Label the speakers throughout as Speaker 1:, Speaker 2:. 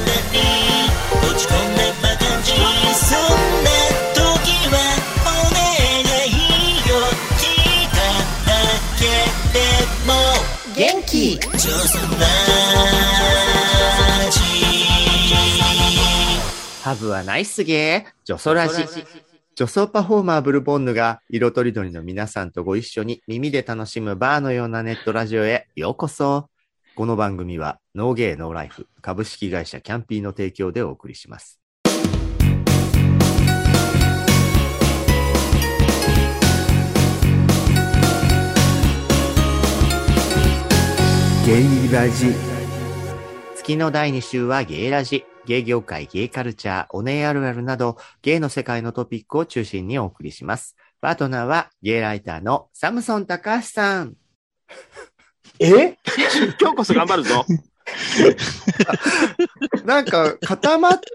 Speaker 1: 落ち込んだバカンジそんな時はお願いよ聞いただけでも
Speaker 2: 元気
Speaker 1: ジョーさんラジ
Speaker 3: ハブはナイスゲー、ジョソラジ。女装パフォーマーブルボンヌが色とりどりの皆さんとご一緒に耳で楽しむバーのようなネットラジオへようこそ。この番組はノーゲーノーライフ株式会社キャンピーの提供でお送りします。
Speaker 4: ゲイラジ
Speaker 3: 月の第2週はゲイラジ、ゲイ業界、ゲイカルチャー、オネエあるあるなど、ゲイの世界のトピックを中心にお送りします。パートナーはゲイライターのサムソン高橋さん。
Speaker 4: え
Speaker 5: 今日こそ頑張るぞ。
Speaker 3: なんか固まって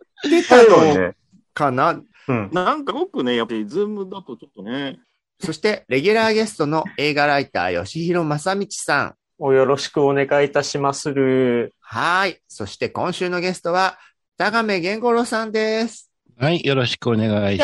Speaker 3: たの
Speaker 4: ね。
Speaker 3: かな、
Speaker 4: うん。
Speaker 5: なんか僕ね、やっぱりズームだとちょっとね。
Speaker 3: そしてレギュラーゲストの映画ライター吉弘正道さん。
Speaker 6: およろしくお願いいたしまする。
Speaker 3: はい。そして今週のゲストは、田亀源五郎さんです。
Speaker 7: はい、よろしくお願いし
Speaker 3: お
Speaker 7: ま
Speaker 3: 願いし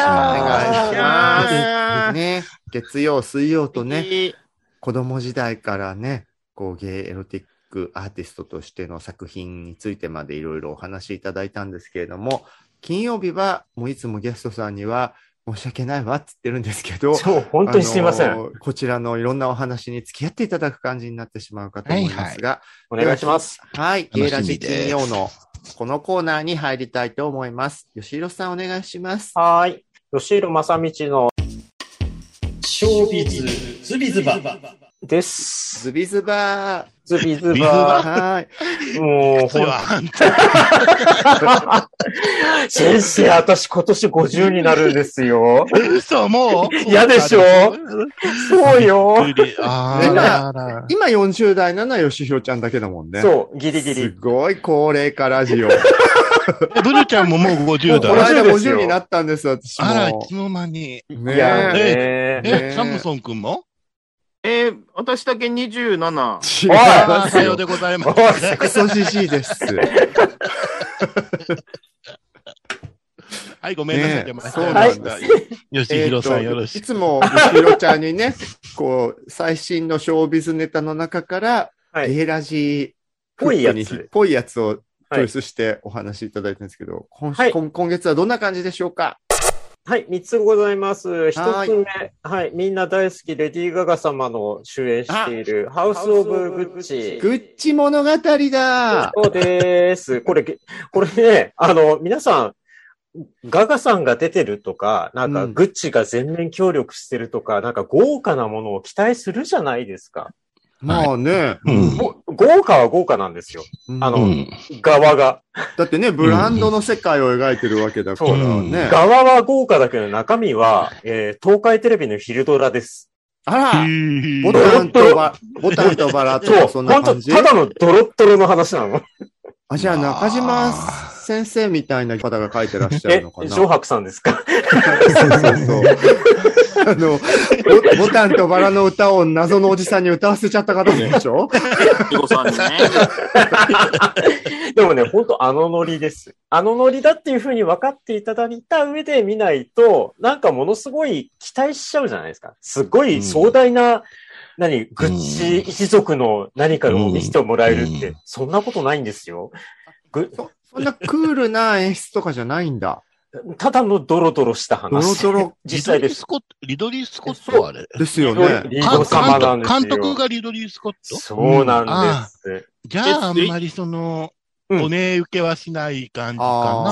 Speaker 3: ます。
Speaker 5: や
Speaker 3: ね、月曜、水曜とね、
Speaker 5: ね。
Speaker 3: 子供時代からね、こうゲイエロティックアーティストとしての作品についてまでいろいろお話しいただいたんですけれども、金曜日はもういつもゲストさんには申し訳ないわって言ってるんですけど、
Speaker 6: そう、 本当にすいませ
Speaker 3: あ
Speaker 6: ん。
Speaker 3: のこちらのいろんなお話に付き合っていただく感じになってしまうかと思いますが、
Speaker 6: お願いします。
Speaker 3: はい、
Speaker 7: 楽しみ
Speaker 3: ゲイラジ
Speaker 7: です
Speaker 3: 金曜のこのコーナーに入りたいと思います。吉弘さんお願いします。
Speaker 6: はーい。吉弘正道の
Speaker 2: ショービズズビズバ
Speaker 6: です。
Speaker 3: ズビズバー。
Speaker 6: ズビズ
Speaker 7: ビズ
Speaker 6: バ
Speaker 3: はい。
Speaker 6: ー。もう、
Speaker 7: す。
Speaker 6: ほん
Speaker 7: は
Speaker 6: 先生、私今年50になるんですよ。
Speaker 7: 嘘、もう
Speaker 6: 嫌でしょそうよ。
Speaker 7: びっくりあー
Speaker 3: みんな
Speaker 7: あら
Speaker 3: 今40代なのは吉弘ちゃんだけだもんね。
Speaker 6: そう、ギリギ
Speaker 3: す
Speaker 6: リ。
Speaker 3: ごい高齢化ラジオ。
Speaker 7: えブルちゃんももう50
Speaker 3: この
Speaker 7: 代。
Speaker 3: 間
Speaker 6: 50ですよ
Speaker 3: 50になったんです、私
Speaker 7: あら、い
Speaker 3: も
Speaker 7: つ。の間に。
Speaker 3: ね
Speaker 6: いや
Speaker 3: え。
Speaker 6: ね。
Speaker 3: ね
Speaker 7: え、サムソンくんも
Speaker 5: えー、私だけ27。
Speaker 3: 違い
Speaker 7: あ
Speaker 3: ま
Speaker 7: ー
Speaker 3: す
Speaker 7: さよう
Speaker 3: よ。
Speaker 7: でございます。
Speaker 3: クソじじいです。
Speaker 7: はい、ごめんなさ
Speaker 3: ね
Speaker 7: い。
Speaker 3: そうなんだ。
Speaker 7: だ吉弘さ
Speaker 3: えー
Speaker 7: ん、
Speaker 3: と
Speaker 7: よろし
Speaker 3: い
Speaker 7: く。
Speaker 3: つも、吉弘ちゃんにね、こう、最新のショービズネタの中から、
Speaker 6: はい
Speaker 3: ゲイラジ
Speaker 6: ぽいやつ
Speaker 3: フックにっぽいやつをチ
Speaker 6: はい
Speaker 3: ョイスしてお話しいただいたんですけど、今
Speaker 6: はい
Speaker 3: 今今月はどんな感じでしょうか
Speaker 6: はい、三つございます。一つ
Speaker 3: はーい
Speaker 6: 目、はい、みんな大好きレディー・ガガ様の主演しているハウス・オブ・グッチ。
Speaker 3: グッチ物語だ
Speaker 6: そうです。これ、これね、あの、皆さん、ガガさんが出てるとか、なんか、
Speaker 3: うん
Speaker 6: グッチが全面協力してるとか、なんか豪華なものを期待するじゃないですか。
Speaker 3: まあね、
Speaker 7: うん
Speaker 6: ご豪華は豪華なんですよ。
Speaker 3: うん
Speaker 6: あの
Speaker 7: うん
Speaker 6: 側が。
Speaker 3: だってね、ブランドの世界を描いてるわけだから
Speaker 7: うん
Speaker 3: ね。
Speaker 6: 側は豪華だけど中身は、えー東海テレビの昼ドラです。
Speaker 3: あ
Speaker 7: へ
Speaker 3: ら
Speaker 7: ー
Speaker 3: ボタンと ば、ボタンとバラ
Speaker 6: そう、
Speaker 3: とそんな
Speaker 6: 本当
Speaker 3: 感じ
Speaker 6: ただのドロッドロの話なの。
Speaker 3: あ、じゃあ中島先生みたいな方が書いてらっしゃ
Speaker 6: え
Speaker 3: るのか、な
Speaker 6: 上白さんですか
Speaker 3: そうそうそう。あの、ボボタンとバラの歌を謎のおじさんに歌わせちゃった方でしょ
Speaker 5: ひごさんにね。
Speaker 6: でもね、本当あのノリです。あのノリだっていうふうに分かっていただいた上で見ないと、なんかものすごい期待しちゃうじゃないですか。すごい壮大な、何、グッチ一族の何かを見せてもらえるって、
Speaker 7: うん
Speaker 6: そんなことないんですよ。ぐ
Speaker 3: そそんなクールな演出とかじゃないんだ。
Speaker 6: ただのドロドロした
Speaker 3: ドロ
Speaker 6: 話。
Speaker 3: ドロ
Speaker 6: 実際で
Speaker 7: リドリー
Speaker 6: す
Speaker 7: ス。コット、リドリー・スコットはあれ。
Speaker 3: ですよ
Speaker 6: リ
Speaker 3: ね。
Speaker 6: リー
Speaker 7: か
Speaker 6: ド様なん
Speaker 7: 監
Speaker 6: ですよ。
Speaker 7: 督監督がリドリー・スコット
Speaker 6: そうなんです。
Speaker 7: じゃあ、あんまりその、
Speaker 6: うん
Speaker 7: おね受けはしない感じか
Speaker 3: あ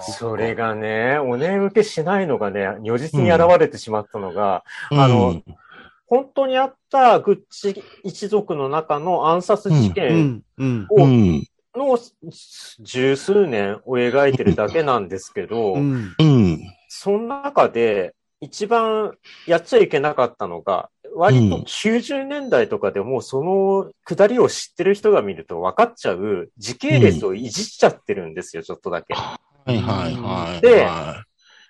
Speaker 7: な。
Speaker 3: ー
Speaker 6: それがね、おね受けしないのがね、如実に現れてしまったのが、
Speaker 7: うん
Speaker 6: あの、本当にあったグッチ一族の中の暗殺事
Speaker 3: う
Speaker 6: 件
Speaker 3: ん、うん。
Speaker 6: を、
Speaker 7: うん。
Speaker 6: の十数年を描いてるだけなんですけど、
Speaker 3: うん。
Speaker 7: うん。
Speaker 6: その中で一番やっちゃいけなかったのが、割と
Speaker 7: うん
Speaker 6: 90年代とかでもうその下りを知ってる人が見ると分かっちゃう時系列をいじっちゃってるんですよ、ちょっとだけ。
Speaker 7: はいはいはい。
Speaker 6: で
Speaker 7: は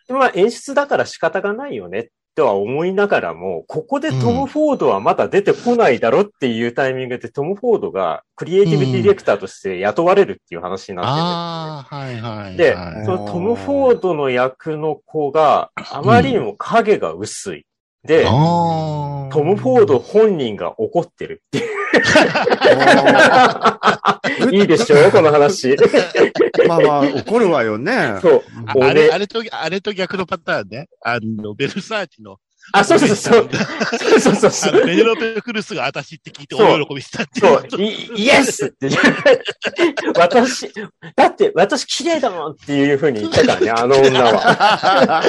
Speaker 6: でまあ演出だから仕方がないよねっっては思いながらも、ここでトム・フォードはまだ出てこないだろっていうタイミングで、トム・フォードがクリエイティブディレクターとして雇われるっていう話になっ
Speaker 7: ああ、はい
Speaker 6: て
Speaker 7: はい。
Speaker 6: るんですね、
Speaker 7: は
Speaker 6: で、
Speaker 7: い
Speaker 6: そのトム・フォードの役の子があまりにも影が薄い。で、
Speaker 7: あー
Speaker 6: トム・フォード本人が怒って るって いう。いいでしょうこの 話。
Speaker 3: まあまあ、怒るわよね。
Speaker 6: そう。
Speaker 7: あ
Speaker 6: 俺
Speaker 7: あれ、あれと、あれと逆のパターンね。あの、ベルサーチの、
Speaker 6: あ、そうそうそう。そうそうそうそ
Speaker 7: あのベネ
Speaker 6: う。
Speaker 7: ロペ・クルスが私って聞いて
Speaker 6: そう
Speaker 7: 大喜びしたっていう。
Speaker 6: そう、イイエスって。私、だって私綺麗だもんっていう風に言ったからね、あの女 は。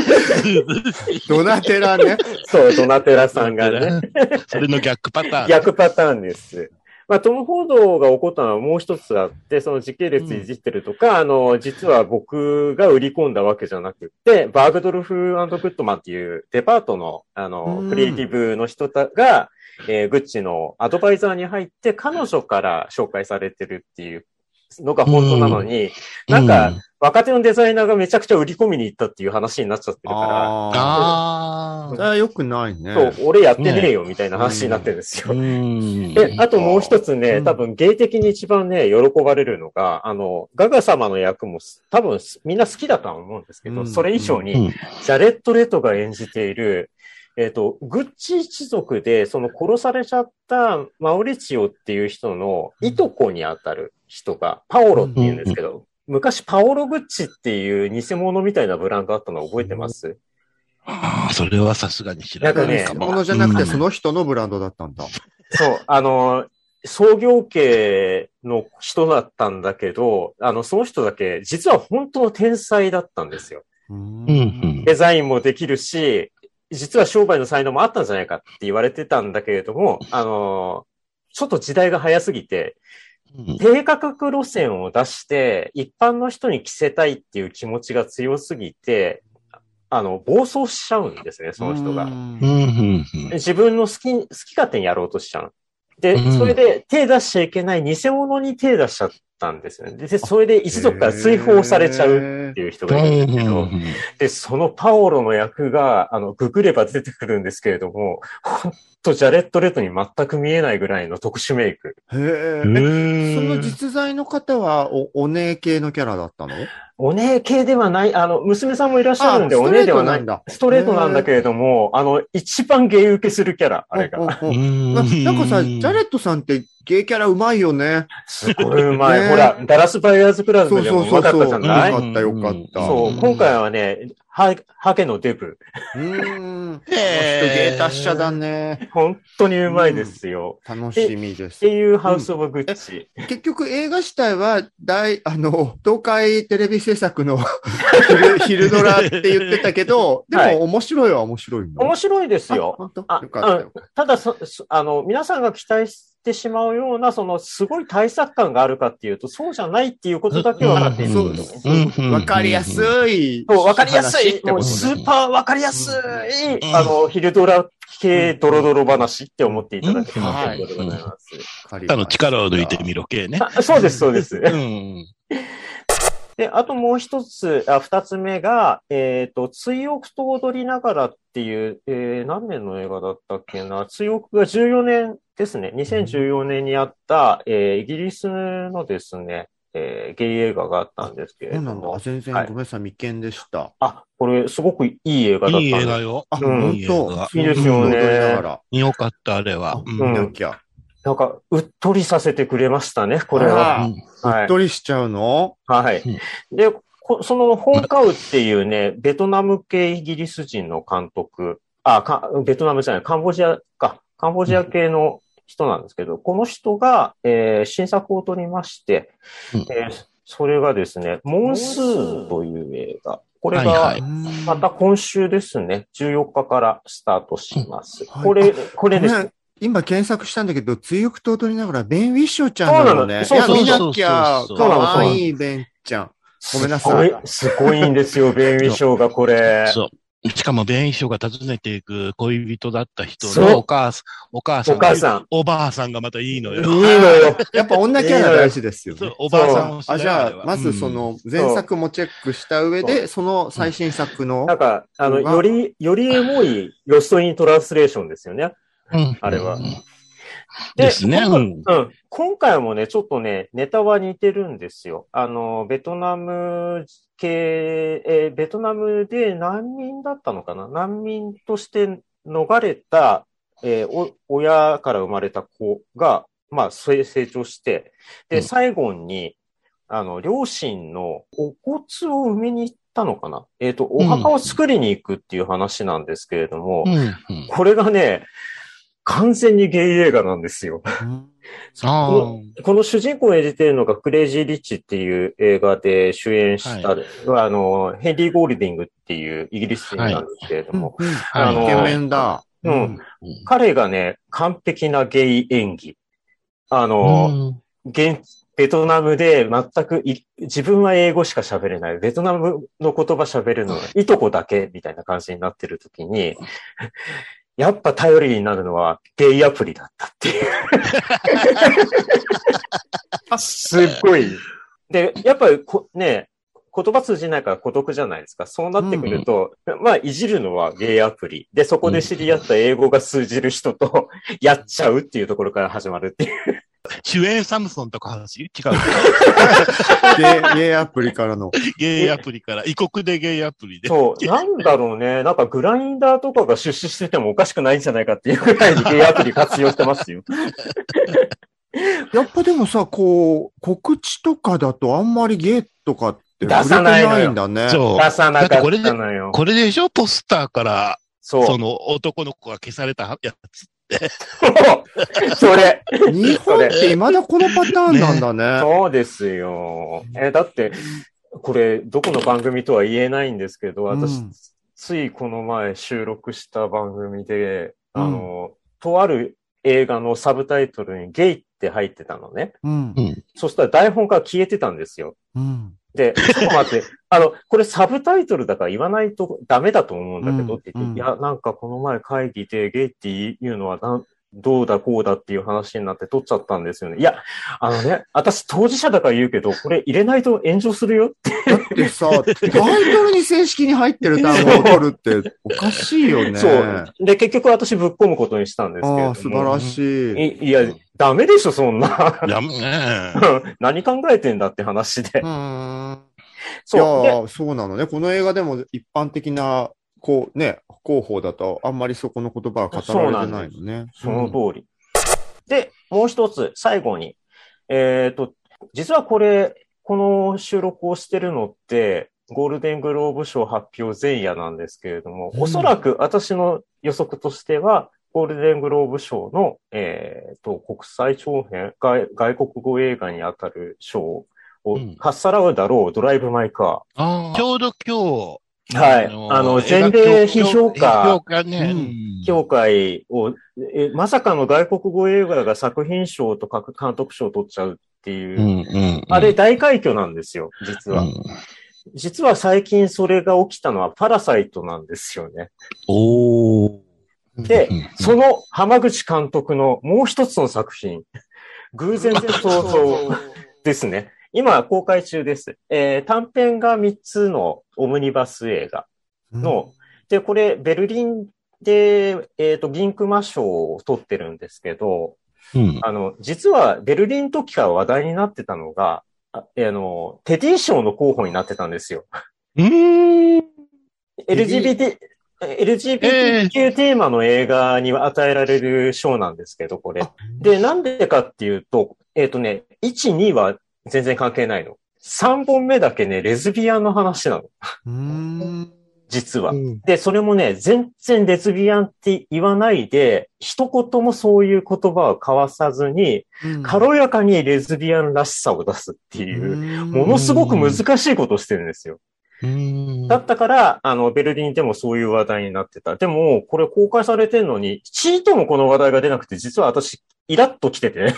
Speaker 3: ドナテラね。
Speaker 6: そう、ドナテラさんがね。
Speaker 7: それの逆パターン。
Speaker 6: 逆パターンです。まあ、トム・フォードが起こったのはもう一つあって、その時系列いじってるとか、あの、実は僕が売り込んだわけじゃなくって、バーグドルフグッドマンっていうデパートの、あの
Speaker 3: う、ん
Speaker 6: クリエイティブの人たが、えーグッチのアドバイザーに入って、彼女から紹介されてるっていうのが本当なのに、なん
Speaker 7: う
Speaker 6: か、若手のデザイナーがめちゃくちゃ売り込みに行ったっていう話になっちゃってるか
Speaker 3: ああ。
Speaker 7: あ
Speaker 3: それ
Speaker 7: あ。
Speaker 3: は良くないね。
Speaker 6: ら、そう、俺やってねえよみたいな話になってるんですよ。
Speaker 7: うん
Speaker 6: で、あともう一つ
Speaker 3: う
Speaker 6: ね
Speaker 3: ん、
Speaker 6: 多分芸的に一番ね、喜ばれるのが、あの、ガガ様の役もす多分すみんな好きだとは思うんですけど、
Speaker 3: うん
Speaker 6: それ以上に、
Speaker 7: うん
Speaker 6: ジャレット・レトが演じている、えっ、と、グッチ一族で、その殺されちゃったマオレチオっていう人のいとこにあたる人が、パオロって言うんですけど、昔パオロ・グッチっていう偽物みたいなブランドあったの覚えてます、
Speaker 7: あーそれはさすがに知
Speaker 6: な
Speaker 7: ら
Speaker 6: んか
Speaker 7: ない
Speaker 6: ね
Speaker 7: かも。
Speaker 3: ものじゃなくて、そ
Speaker 7: の、
Speaker 3: の人のブランドだったんだ。
Speaker 6: そう、あの、創業系の人だったんだけど、あの、その人だけ、実は本当の天才だったんですよ。
Speaker 3: う。
Speaker 7: うんうんん
Speaker 6: デザインもできるし、実は商売の才能もあったんじゃないかって言われてたんだけれども、あの、ちょっと時代が早すぎて、
Speaker 7: うん
Speaker 6: 低価格路線を出して、一般の人に着せたいっていう気持ちが強すぎて、あの、暴走しちゃうんですね、その人が
Speaker 3: う。ん
Speaker 7: うんうんうん
Speaker 6: 自分の好き、好き勝手にやろうとしちゃう。で
Speaker 7: う、ん
Speaker 6: それで手出しちゃいけない偽物に手出しちゃったんですよね。で、それで一族から追放されちゃう
Speaker 3: へ
Speaker 6: っていう人
Speaker 7: う
Speaker 6: がいるんですけど、
Speaker 7: ん
Speaker 6: で、そのパオロの役が、あの、ググれば出てくるんですけれども、ほんとジャレット・レッドに全く見えないぐらいの特殊メイク。
Speaker 3: ー。へーえその
Speaker 7: うん。
Speaker 3: 実在の方はお、お姉系のキャラだったの
Speaker 6: お姉系ではない、あの、娘さんもいらっしゃるんで、
Speaker 3: あ
Speaker 6: お姉ではな
Speaker 3: ストレートなん
Speaker 6: い
Speaker 3: だ。
Speaker 6: ストレートなんだけれども、あの、一番芸受けするキャラ、あれが。
Speaker 3: うんうんうんななんかさ、ジャレットさんってゲイキャラうまいよね。
Speaker 6: すごいうまい。
Speaker 3: ね
Speaker 6: ほら、ダラスバイアーズクラブでもうまかったじゃ
Speaker 3: よ
Speaker 6: ない
Speaker 3: かったよかった。
Speaker 6: そうう、
Speaker 7: ん
Speaker 6: 今回はね、ハハゲのデブ。
Speaker 3: うーん。
Speaker 7: へー
Speaker 3: えー、達者だね。
Speaker 6: 本当にうまいですよ。
Speaker 3: 楽しみで
Speaker 6: っ
Speaker 3: す
Speaker 6: て。いうハウス・オブ・グッチ。
Speaker 3: 結局映画自体は大、 あの、東海テレビ制作の 昼昼ドラって言ってたけど、で
Speaker 6: はい
Speaker 3: も面白いは面白いの。
Speaker 6: 面白いです
Speaker 3: あ
Speaker 6: よ。
Speaker 3: 本当
Speaker 6: あ
Speaker 3: よかったよ。
Speaker 6: ただそ、そあの、皆さんが期待してしまうような、その、すごい対策感があるかっていうと、そうじゃないっていうことだけ分かっている
Speaker 3: そ
Speaker 6: ん
Speaker 3: う
Speaker 6: ですよね。
Speaker 7: うん
Speaker 3: わかりやすい。
Speaker 6: そう、わかりやすい。もう
Speaker 7: ね
Speaker 6: スーパーわかりやす
Speaker 7: う
Speaker 6: い、
Speaker 7: ん
Speaker 6: あの、昼ドラ系ドロドロ話って思っていただければ
Speaker 3: うん
Speaker 6: ということでございます。
Speaker 7: あの、力を抜いてみろ系ね。
Speaker 6: あそうです、そうです。
Speaker 7: うん。
Speaker 6: で、あともう一つ、あ、二つ目が、えっ、と、追憶と踊りながらっていう、えー何年の映画だったっけな、追憶が14年ですね、2014年にあった、えーイギリスのですね、えーゲイ映画があったんですけれ
Speaker 3: そ
Speaker 6: ど
Speaker 3: うなんだ。
Speaker 6: も
Speaker 3: あ、全然
Speaker 6: はい
Speaker 3: ごめんなさい、未見でした。
Speaker 6: あ、これすごくいい映画だったん
Speaker 7: いい
Speaker 6: です
Speaker 7: 映画よ。
Speaker 3: あ、
Speaker 6: うん
Speaker 3: 本当
Speaker 6: いいですよね
Speaker 3: 踊りながら。
Speaker 7: よかった、あれは。う
Speaker 3: 見
Speaker 7: ん
Speaker 6: ん
Speaker 3: なきゃ。
Speaker 6: なんか、うっとりさせてくれましたね、これ
Speaker 3: あら
Speaker 6: は。
Speaker 3: うん
Speaker 6: は
Speaker 3: う
Speaker 6: い
Speaker 3: っ。とりしちゃうの
Speaker 6: はい
Speaker 7: うん。
Speaker 6: で、こその、ホンカウっていうね、ベトナム系イギリス人の監督、あ、かベトナムじゃない、カンボジアか、カンボジア系の人なんですけど、この人が、えー新作を取りまして、
Speaker 7: うん
Speaker 6: えーそれがですね、モンスーンという映画。これ
Speaker 7: はいは
Speaker 6: が
Speaker 7: い、
Speaker 6: また今週ですね、14日からスタートします。
Speaker 3: はい
Speaker 6: これ、これですね
Speaker 3: ごめん今検索したんだけど、追憶と踊りながら、ベン・ウィッショーちゃんなのね。
Speaker 6: そうなの
Speaker 3: いや
Speaker 7: そ
Speaker 3: 見
Speaker 7: うそう
Speaker 3: なきゃ、
Speaker 7: そうそう
Speaker 6: そう
Speaker 3: かわいいベンちゃん。ごめんなさい
Speaker 6: すごい、すごいんですよ、ベイミー賞がこれ。
Speaker 7: そう。しかも弁償が訪ねていく恋人だった人
Speaker 6: そう
Speaker 7: のお母さん、お母さん。
Speaker 6: お母さん。
Speaker 7: おばあさんがまたいいの
Speaker 6: いい
Speaker 7: よ。
Speaker 6: のよ。
Speaker 3: やっぱ女キャラ大事ですよ
Speaker 7: そう
Speaker 3: ね。
Speaker 7: おばあさんを
Speaker 3: あ、じゃあ、まずそ、の前作もチェックした上で、その最新作の
Speaker 6: なん、か、あの、
Speaker 3: うわ
Speaker 6: より、よりエモいロストイントランスレーションですよね。
Speaker 7: うん
Speaker 6: あれは。
Speaker 7: うんですね。
Speaker 6: 今
Speaker 7: う
Speaker 6: 回
Speaker 7: ん。
Speaker 6: うん。今回もね、ちょっとね、ネタは似てるんですよ。あの、ベトナム系、えーベトナムで難民だったのかな難民として逃れた、えーお親から生まれた子が、まあ、それ成長して、
Speaker 7: う
Speaker 6: で、
Speaker 7: ん
Speaker 6: 最後に、あの、両親のお骨を埋めに行ったのかなえっ、と、お墓を作りに行くっていう話なんですけれども、
Speaker 7: うんうん
Speaker 6: これがね、完全にゲイ映画なんですよ。
Speaker 7: あー
Speaker 6: この主人公を演じているのがクレイジー・リッチっていう映画で主演した、あの、ヘンリー・ゴールディングっていうイギリス人なんですけれども、
Speaker 7: あ
Speaker 3: イ
Speaker 7: の
Speaker 3: ケメンだ。
Speaker 6: うん彼がね、完璧なゲイ演技。あの、
Speaker 7: うん
Speaker 6: 現ベトナムで全くい自分は英語しか喋れない。ベトナムの言葉喋るのはいとこだけみたいな感じになってる時に、やっぱ頼りになるのはゲイアプリだったっていう。すっごい。で、やっぱりこね、言葉通じないから孤独じゃないですか。そうなってくると、まあ、いじるのはゲイアプリ。で、そこで知り合った英語が通じる人と、やっちゃうっていうところから始まるっていう。
Speaker 7: 主演サムソンとか話違う。
Speaker 3: ゲイゲイアプリからの。
Speaker 7: ゲイアプ リから、異国でゲイアプリで。
Speaker 6: そう。なんだろうね。なんかグラインダーとかが出資しててもおかしくないんじゃないかっていうくらいにゲイアプリ活用してますよ。
Speaker 3: やっぱでもさ、こう、告知とかだとあんまりゲイとかって触れてないんだね。
Speaker 7: そう。
Speaker 6: 出さなか
Speaker 7: だって
Speaker 6: っ
Speaker 7: これで
Speaker 6: たのよ。
Speaker 7: これでしょポスターから、
Speaker 6: そう。
Speaker 7: その男の子が消されたやつ。
Speaker 6: それ。
Speaker 3: 日本って未だこのパターンなんだね。
Speaker 6: そうですよ。え、だって、これ、どこの番組とは言えないんですけど、私、
Speaker 3: うん
Speaker 6: ついこの前収録した番組で、
Speaker 3: うん
Speaker 6: あの、とある映画のサブタイトルにゲイって入ってたのね。
Speaker 3: うん。
Speaker 6: そしたら台本から消えてたんですよ。
Speaker 3: うん。
Speaker 6: で、ちょっと待って、あの、これサブタイトルだから言わないとダメだと思うんだけど
Speaker 3: うん
Speaker 6: って言って、
Speaker 3: うん
Speaker 6: いや、なんかこの前会議でゲイっていうのはなんどうだこうだっていう話になって取っちゃったんですよね。いや、あのね、私当事者だから言うけど、これ入れないと炎上するよって。
Speaker 3: でさ、タイトルに正式に入ってる単語を取るっておかしいよね。
Speaker 6: そう。で、結局私ぶっ込むことにしたんですけれど
Speaker 3: あ
Speaker 6: も。
Speaker 3: あ、素晴らしい。
Speaker 6: い。いや、ダメでしょ、そんな。
Speaker 7: ダメね。
Speaker 6: 何考えてんだって話で。
Speaker 3: うん。いや
Speaker 6: そう。で
Speaker 3: ーそうなのね。この映画でも一般的な、こうね、広報だとあんまりそこの言葉は語られてないのね。
Speaker 6: その通り。で、もう一つ、最後に。えっ、と、実はこれ、この収録をしてるのって、ゴールデングローブ賞発表前夜なんですけれども、おそらく私の予測としては、ゴールデングローブ賞の、えっ、と、国際長編外、外国語映画にあたる賞を
Speaker 7: うん
Speaker 6: かっさらうだろう、ドライブ・マイ・カ
Speaker 7: あーちょうど今
Speaker 6: ー。
Speaker 7: 日、
Speaker 6: はい。あの、全米批評
Speaker 7: 批
Speaker 6: 家
Speaker 7: 評。家ね。
Speaker 6: 協会を、え、まさかの外国語映画が作品賞とか監督賞を取っちゃうっていう、
Speaker 7: うんうん
Speaker 6: あれ大快挙なんですよ、実は。
Speaker 7: うん
Speaker 6: 実は最近それが起きたのはパラサイトなんですよね。
Speaker 7: おお。
Speaker 6: で
Speaker 7: うん、
Speaker 6: その浜口監督のもう一つの作品、偶然で想像ですね。今公開中です。えー短編が3つのオムニバス映画。の、で、これ、ベルリンで、えっ、と、銀熊賞を取ってるんですけど、
Speaker 7: うん
Speaker 6: あの、実はベルリンの時から話題になってたのが、あえーあの、テディ賞の候補になってたんですよ。
Speaker 7: うん。
Speaker 3: ディ
Speaker 6: LGBT、え LGBTQ テーマの映画に与えられる賞なんですけど、これ。で、なんでかっていうと、えっ、とね、1、2は全然関係ないの。3本目だけね、レズビアンの話なの。
Speaker 3: うん。
Speaker 6: 実は。で、それもね、全然レズビアンって言わないで、一言もそういう言葉を交わさずに、軽やかにレズビアンらしさを出すっていう、ものすごく難しいことをしてるんですよ。
Speaker 7: うん
Speaker 6: だったから、あの、ベルリンでもそういう話題になってた。でも、これ公開されてんのに、チートもこの話題が出なくて、実は私、イラッと来てて、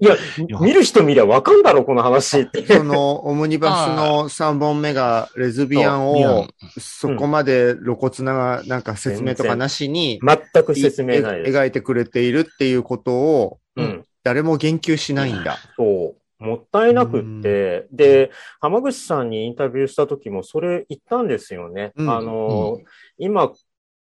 Speaker 6: いや、見る人見りゃわかんだろ、この話って。
Speaker 3: その、オムニバスの3本目がレズビアンを、そこまで露骨な、なんか説明とかなしに、
Speaker 6: 全く説明ない
Speaker 3: え
Speaker 6: です。
Speaker 3: 描いてくれているっていうことを、
Speaker 6: うん。
Speaker 3: 誰も言及しないんだ。
Speaker 6: そう。もったいなくって、で、浜口さんにインタビューした時もそれ言ったんですよね。
Speaker 3: うん
Speaker 6: あの、今、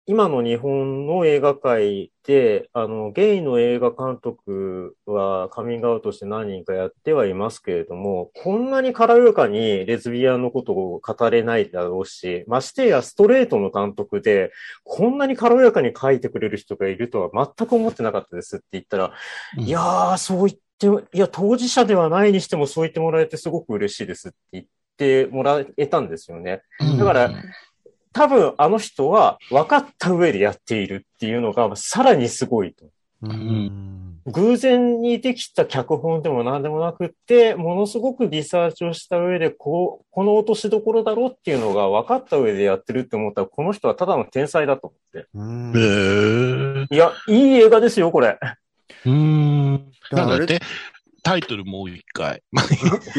Speaker 6: 今の日本の映画界で、あの、ゲイの映画監督はカミングアウトして何人かやってはいますけれども、こんなに軽やかにレズビアンのことを語れないだろうし、ましてやストレートの監督で、こんなに軽やかに書いてくれる人がいるとは全く思ってなかったですって言ったら、
Speaker 7: うん
Speaker 6: いやー、そう言って、いや、当事者ではないにしてもそう言ってもらえてすごく嬉しいですって言ってもらえたんですよね。だから多分あの人は分かった上でやっているっていうのがさらにすごいと。
Speaker 3: うん
Speaker 6: 偶然にできた脚本でも何でもなくって、ものすごくリサーチをした上で、こう、この落としどころだろうっていうのが分かった上でやってるって思ったら、この人はただの天才だと思って。
Speaker 3: うん
Speaker 7: へー
Speaker 6: いや、いい映画ですよ、これ。
Speaker 7: うーん。なんだ
Speaker 3: あ
Speaker 7: っ
Speaker 3: れ
Speaker 7: て、タイトルもう一回。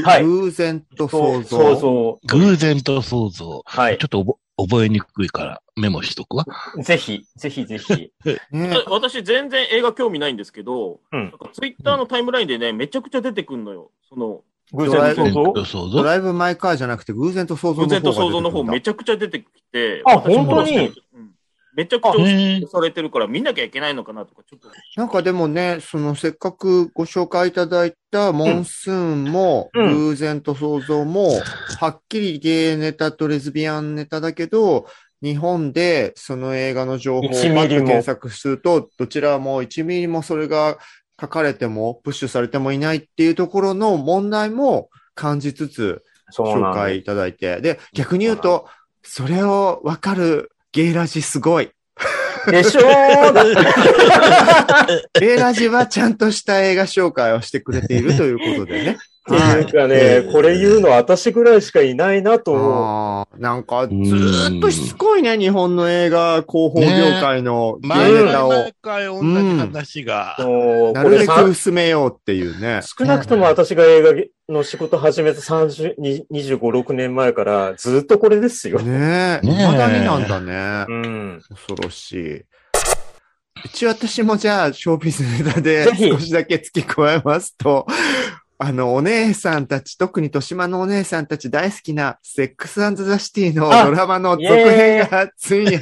Speaker 6: はい。
Speaker 3: 偶然と
Speaker 6: そ
Speaker 3: 想
Speaker 6: う、そう
Speaker 3: 像。
Speaker 6: そ
Speaker 7: 偶然と想像。
Speaker 6: う。はい
Speaker 7: ちょ。っと覚覚えにくいからメモしとくわ。
Speaker 6: ぜひ、ぜひぜひ。
Speaker 3: ね
Speaker 5: 私、全然映画興味ないんですけど、
Speaker 6: うん
Speaker 5: なんかツイッターのタイムラインでね、めちゃくちゃ出てくんのよ。その、
Speaker 6: 偶然と想像
Speaker 7: 偶然と想
Speaker 3: ド
Speaker 7: 像。
Speaker 3: ライブ・マイ・カーじゃなくて、偶然と想像
Speaker 5: 偶
Speaker 3: の方が
Speaker 5: 然と想像の方、めちゃくちゃ出てきて。私も
Speaker 7: 本当
Speaker 6: に
Speaker 5: うんめちゃくちゃ
Speaker 7: へ
Speaker 5: 押し
Speaker 7: ー
Speaker 5: されてるから、見なきゃいけないのかなとか、ちょっと。
Speaker 3: なんかでもね、そのせっかくご紹介いただいたモンスーンも、
Speaker 6: うんうん
Speaker 3: 偶然と想像も、はっきりゲイネタとレズビアンネタだけど、日本でその映画の情報を
Speaker 6: 1ミリも
Speaker 3: バッと検索すると、どちらも1ミリもそれが書かれても、プッシュされてもいないっていうところの問題も感じつつ、
Speaker 6: そうな
Speaker 3: 紹
Speaker 6: んです
Speaker 3: 介いただいて。で、逆に言うと、それをわかるゲイラジす ごい。
Speaker 6: でしょーだ
Speaker 3: ゲイラジはちゃんとした映画紹介をしてくれているということで ね。
Speaker 6: っていうかね、これ言うの私ぐらいしかいないなと思う。
Speaker 3: あーなんか、ずーっとしつこいね、日本の映画広報業界のゲイ
Speaker 7: 毎
Speaker 3: ネタを、
Speaker 7: 回毎回同じ話が。
Speaker 6: そう
Speaker 3: な
Speaker 6: こ
Speaker 3: る
Speaker 6: れ
Speaker 3: べ
Speaker 6: さ
Speaker 3: く薄めようっていうね。
Speaker 6: 少なくとも私が映画の仕事始めた30に25、6年前からずっとこれですよ。
Speaker 3: ねえ、
Speaker 7: ねえ
Speaker 3: 未だになんだね
Speaker 6: う。ん。
Speaker 3: 恐ろしい。一応私もじゃあ、ショービズネタで
Speaker 6: ぜひ
Speaker 3: 少しだけ付け加えますと、あの、お姉さんたち、特に豊島のお姉さんたち大好きな、セックスザ・シティのドラマの続編がついに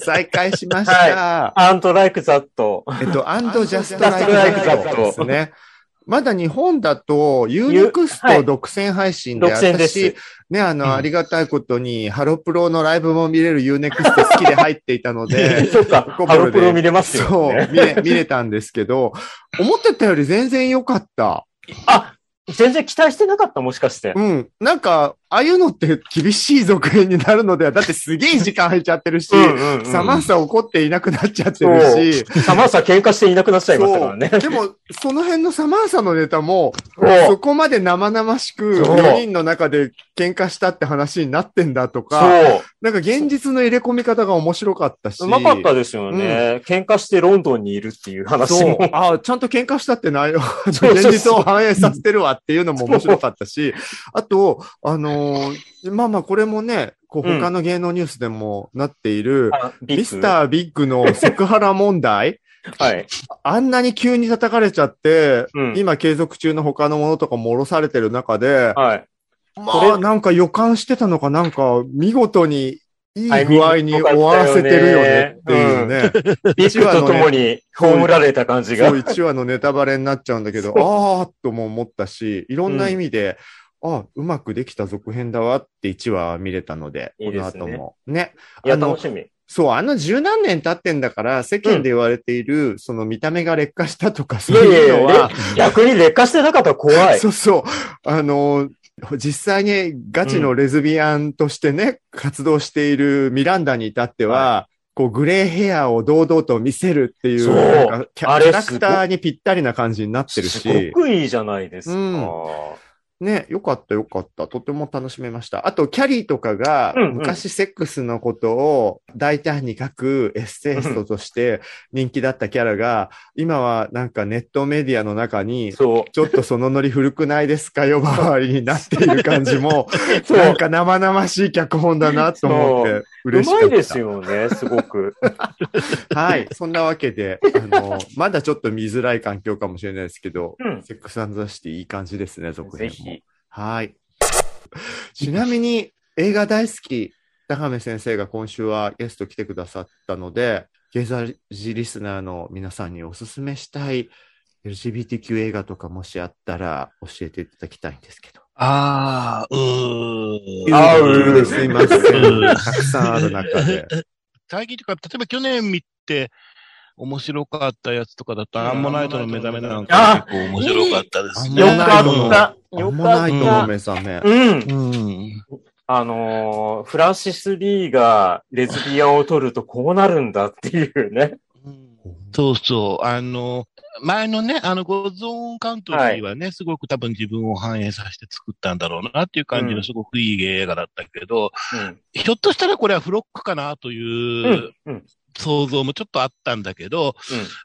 Speaker 3: 再開しました。
Speaker 6: アントライクザット。
Speaker 3: えっと、アンドジャストライクザットですね。まだ日本だと、ユーネクス
Speaker 6: はい
Speaker 3: ト独占配信で、
Speaker 6: 独占です
Speaker 3: 私、ね、あの、
Speaker 7: うん
Speaker 3: ありがたいことに、ハロプロのライブも見れるユーネクスト好きで入っていたの で、
Speaker 6: そっか、 ハロプロ見れますよ、
Speaker 3: そう
Speaker 6: ね。、
Speaker 3: 見れ見れたんですけど、思ってたより全然良かった。
Speaker 6: あ、全然期待してなかった、もしかして。
Speaker 3: うん。なんか、ああいうのって厳しい続編になるのでは、だってすげえ時間入っちゃってるし、
Speaker 6: うんうん
Speaker 3: サマンサ怒っていなくなっちゃって
Speaker 6: そう
Speaker 3: るし、
Speaker 6: サマーサ喧嘩していなくなっちゃいましたからね。
Speaker 3: でも、その辺のサマンサのネタも、
Speaker 6: そう
Speaker 3: そこまで生々しく、
Speaker 6: そう
Speaker 3: 4人の中で喧嘩したって話になってんだとか、
Speaker 6: そう。
Speaker 3: なんか現実の入れ込み方が面白かったし。
Speaker 6: うまかったですよね。喧嘩してロンドンにいるっていう話
Speaker 3: そう
Speaker 6: も。。
Speaker 3: ああ、ちゃんと喧嘩したって内 容、
Speaker 6: そうそう
Speaker 3: 現実を反映させてるわっていうのも面白かったし、 あと、あのーまあまあこれもね、こう
Speaker 6: うん
Speaker 3: 他の芸能ニュースでもなっている、
Speaker 6: あビッグ
Speaker 3: ミスタービッグのセクハラ問題
Speaker 6: はい。
Speaker 3: あんなに急に叩かれちゃって、
Speaker 6: うん
Speaker 3: 今継続中の他のものとかも下ろされてる中で、
Speaker 6: はい。
Speaker 3: ま
Speaker 6: こ
Speaker 3: あ
Speaker 6: れ
Speaker 3: なんか予感してたのかなんか見事にいい
Speaker 6: タイミン
Speaker 3: 具
Speaker 6: グ
Speaker 3: 合に終わらせてるよねっていうね。
Speaker 6: ビッグと共に葬られた感じが。
Speaker 3: そうう、1話のネタバレになっちゃうんだけど、あーっとも思ったし、いろんな意味で、あうまくできた続編だわって1話見れたので、
Speaker 6: いいですね
Speaker 3: この後も。ね。
Speaker 6: いや、
Speaker 3: あの
Speaker 6: 楽しみ。
Speaker 3: そう、あの十何年経ってんだから、世間で言われている、その見た目が劣化したとか、
Speaker 6: い
Speaker 3: そう
Speaker 6: やいやい
Speaker 3: いう
Speaker 6: や
Speaker 3: のは、
Speaker 6: 逆に劣化してなかったら怖い。
Speaker 3: そうそう、あの、実際にガチのレズビアンとしてね、活動しているミランダに至っては、こう、グレーヘアを堂々と見せるっていう、
Speaker 6: そう
Speaker 3: なんかキャ
Speaker 6: あ
Speaker 3: キ
Speaker 6: れ
Speaker 3: ャラクターにぴったりな感じになってるし。
Speaker 6: すごくいいじゃないですか。
Speaker 3: うんね、よかったよかった。とても楽しめました。あと、キャリーとかが
Speaker 6: うんうん
Speaker 3: 昔セックスのことを大胆に書くエッセイストとして人気だったキャラが、今はなんかネットメディアの中に、
Speaker 6: そう。
Speaker 3: ちょっとそのノリ古くないですかよばわりになっている感じも、
Speaker 6: そう
Speaker 3: なんか生々しい脚本だなと思って嬉しか
Speaker 6: う
Speaker 3: っ
Speaker 6: ま
Speaker 3: た。
Speaker 6: いですよね、すごく。
Speaker 3: はい。そんなわけで、あの、まだちょっと見づらい環境かもしれないですけど、
Speaker 6: うん
Speaker 3: セックスザシティいい感じですね、続編
Speaker 6: ぜ
Speaker 3: も。
Speaker 6: ひ。
Speaker 3: はい。ちなみに、映画大好き、高め先生が今週はゲスト来てくださったので、ゲザジリスナーの皆さんにおすすめしたい LGBTQ 映画とかもしあったら教えていただきたいんですけど。
Speaker 7: ああ、うー。
Speaker 6: あ
Speaker 3: ということ
Speaker 6: う
Speaker 3: で
Speaker 6: ん
Speaker 3: すいません。
Speaker 7: うん
Speaker 3: たくさんある中で。
Speaker 7: 最近とか、例えば去年見て、面白かったやつとかだと、アンモナイトの目覚めなんか結構面白かったですね。
Speaker 6: よか
Speaker 7: うん
Speaker 6: った。
Speaker 3: ア
Speaker 6: よ
Speaker 3: ンモナイト
Speaker 6: か
Speaker 3: の
Speaker 6: っ
Speaker 3: 目覚め
Speaker 6: た。。うん。
Speaker 7: うん。
Speaker 6: あのーフランシス・リーがレズビアンを取るとこうなるんだっていうね。
Speaker 7: そうそう。あの、前のね、あの、ゴゾーンカントリーはね、すごく多分自分を反映させて作ったんだろうなっていう感じ
Speaker 6: うん
Speaker 7: のすごくいい映画だったけど、ひょっとしたらこれはフロックかなと
Speaker 6: うん。う。
Speaker 7: いうん
Speaker 6: うん。
Speaker 7: 想像もちょっとあったんだけど、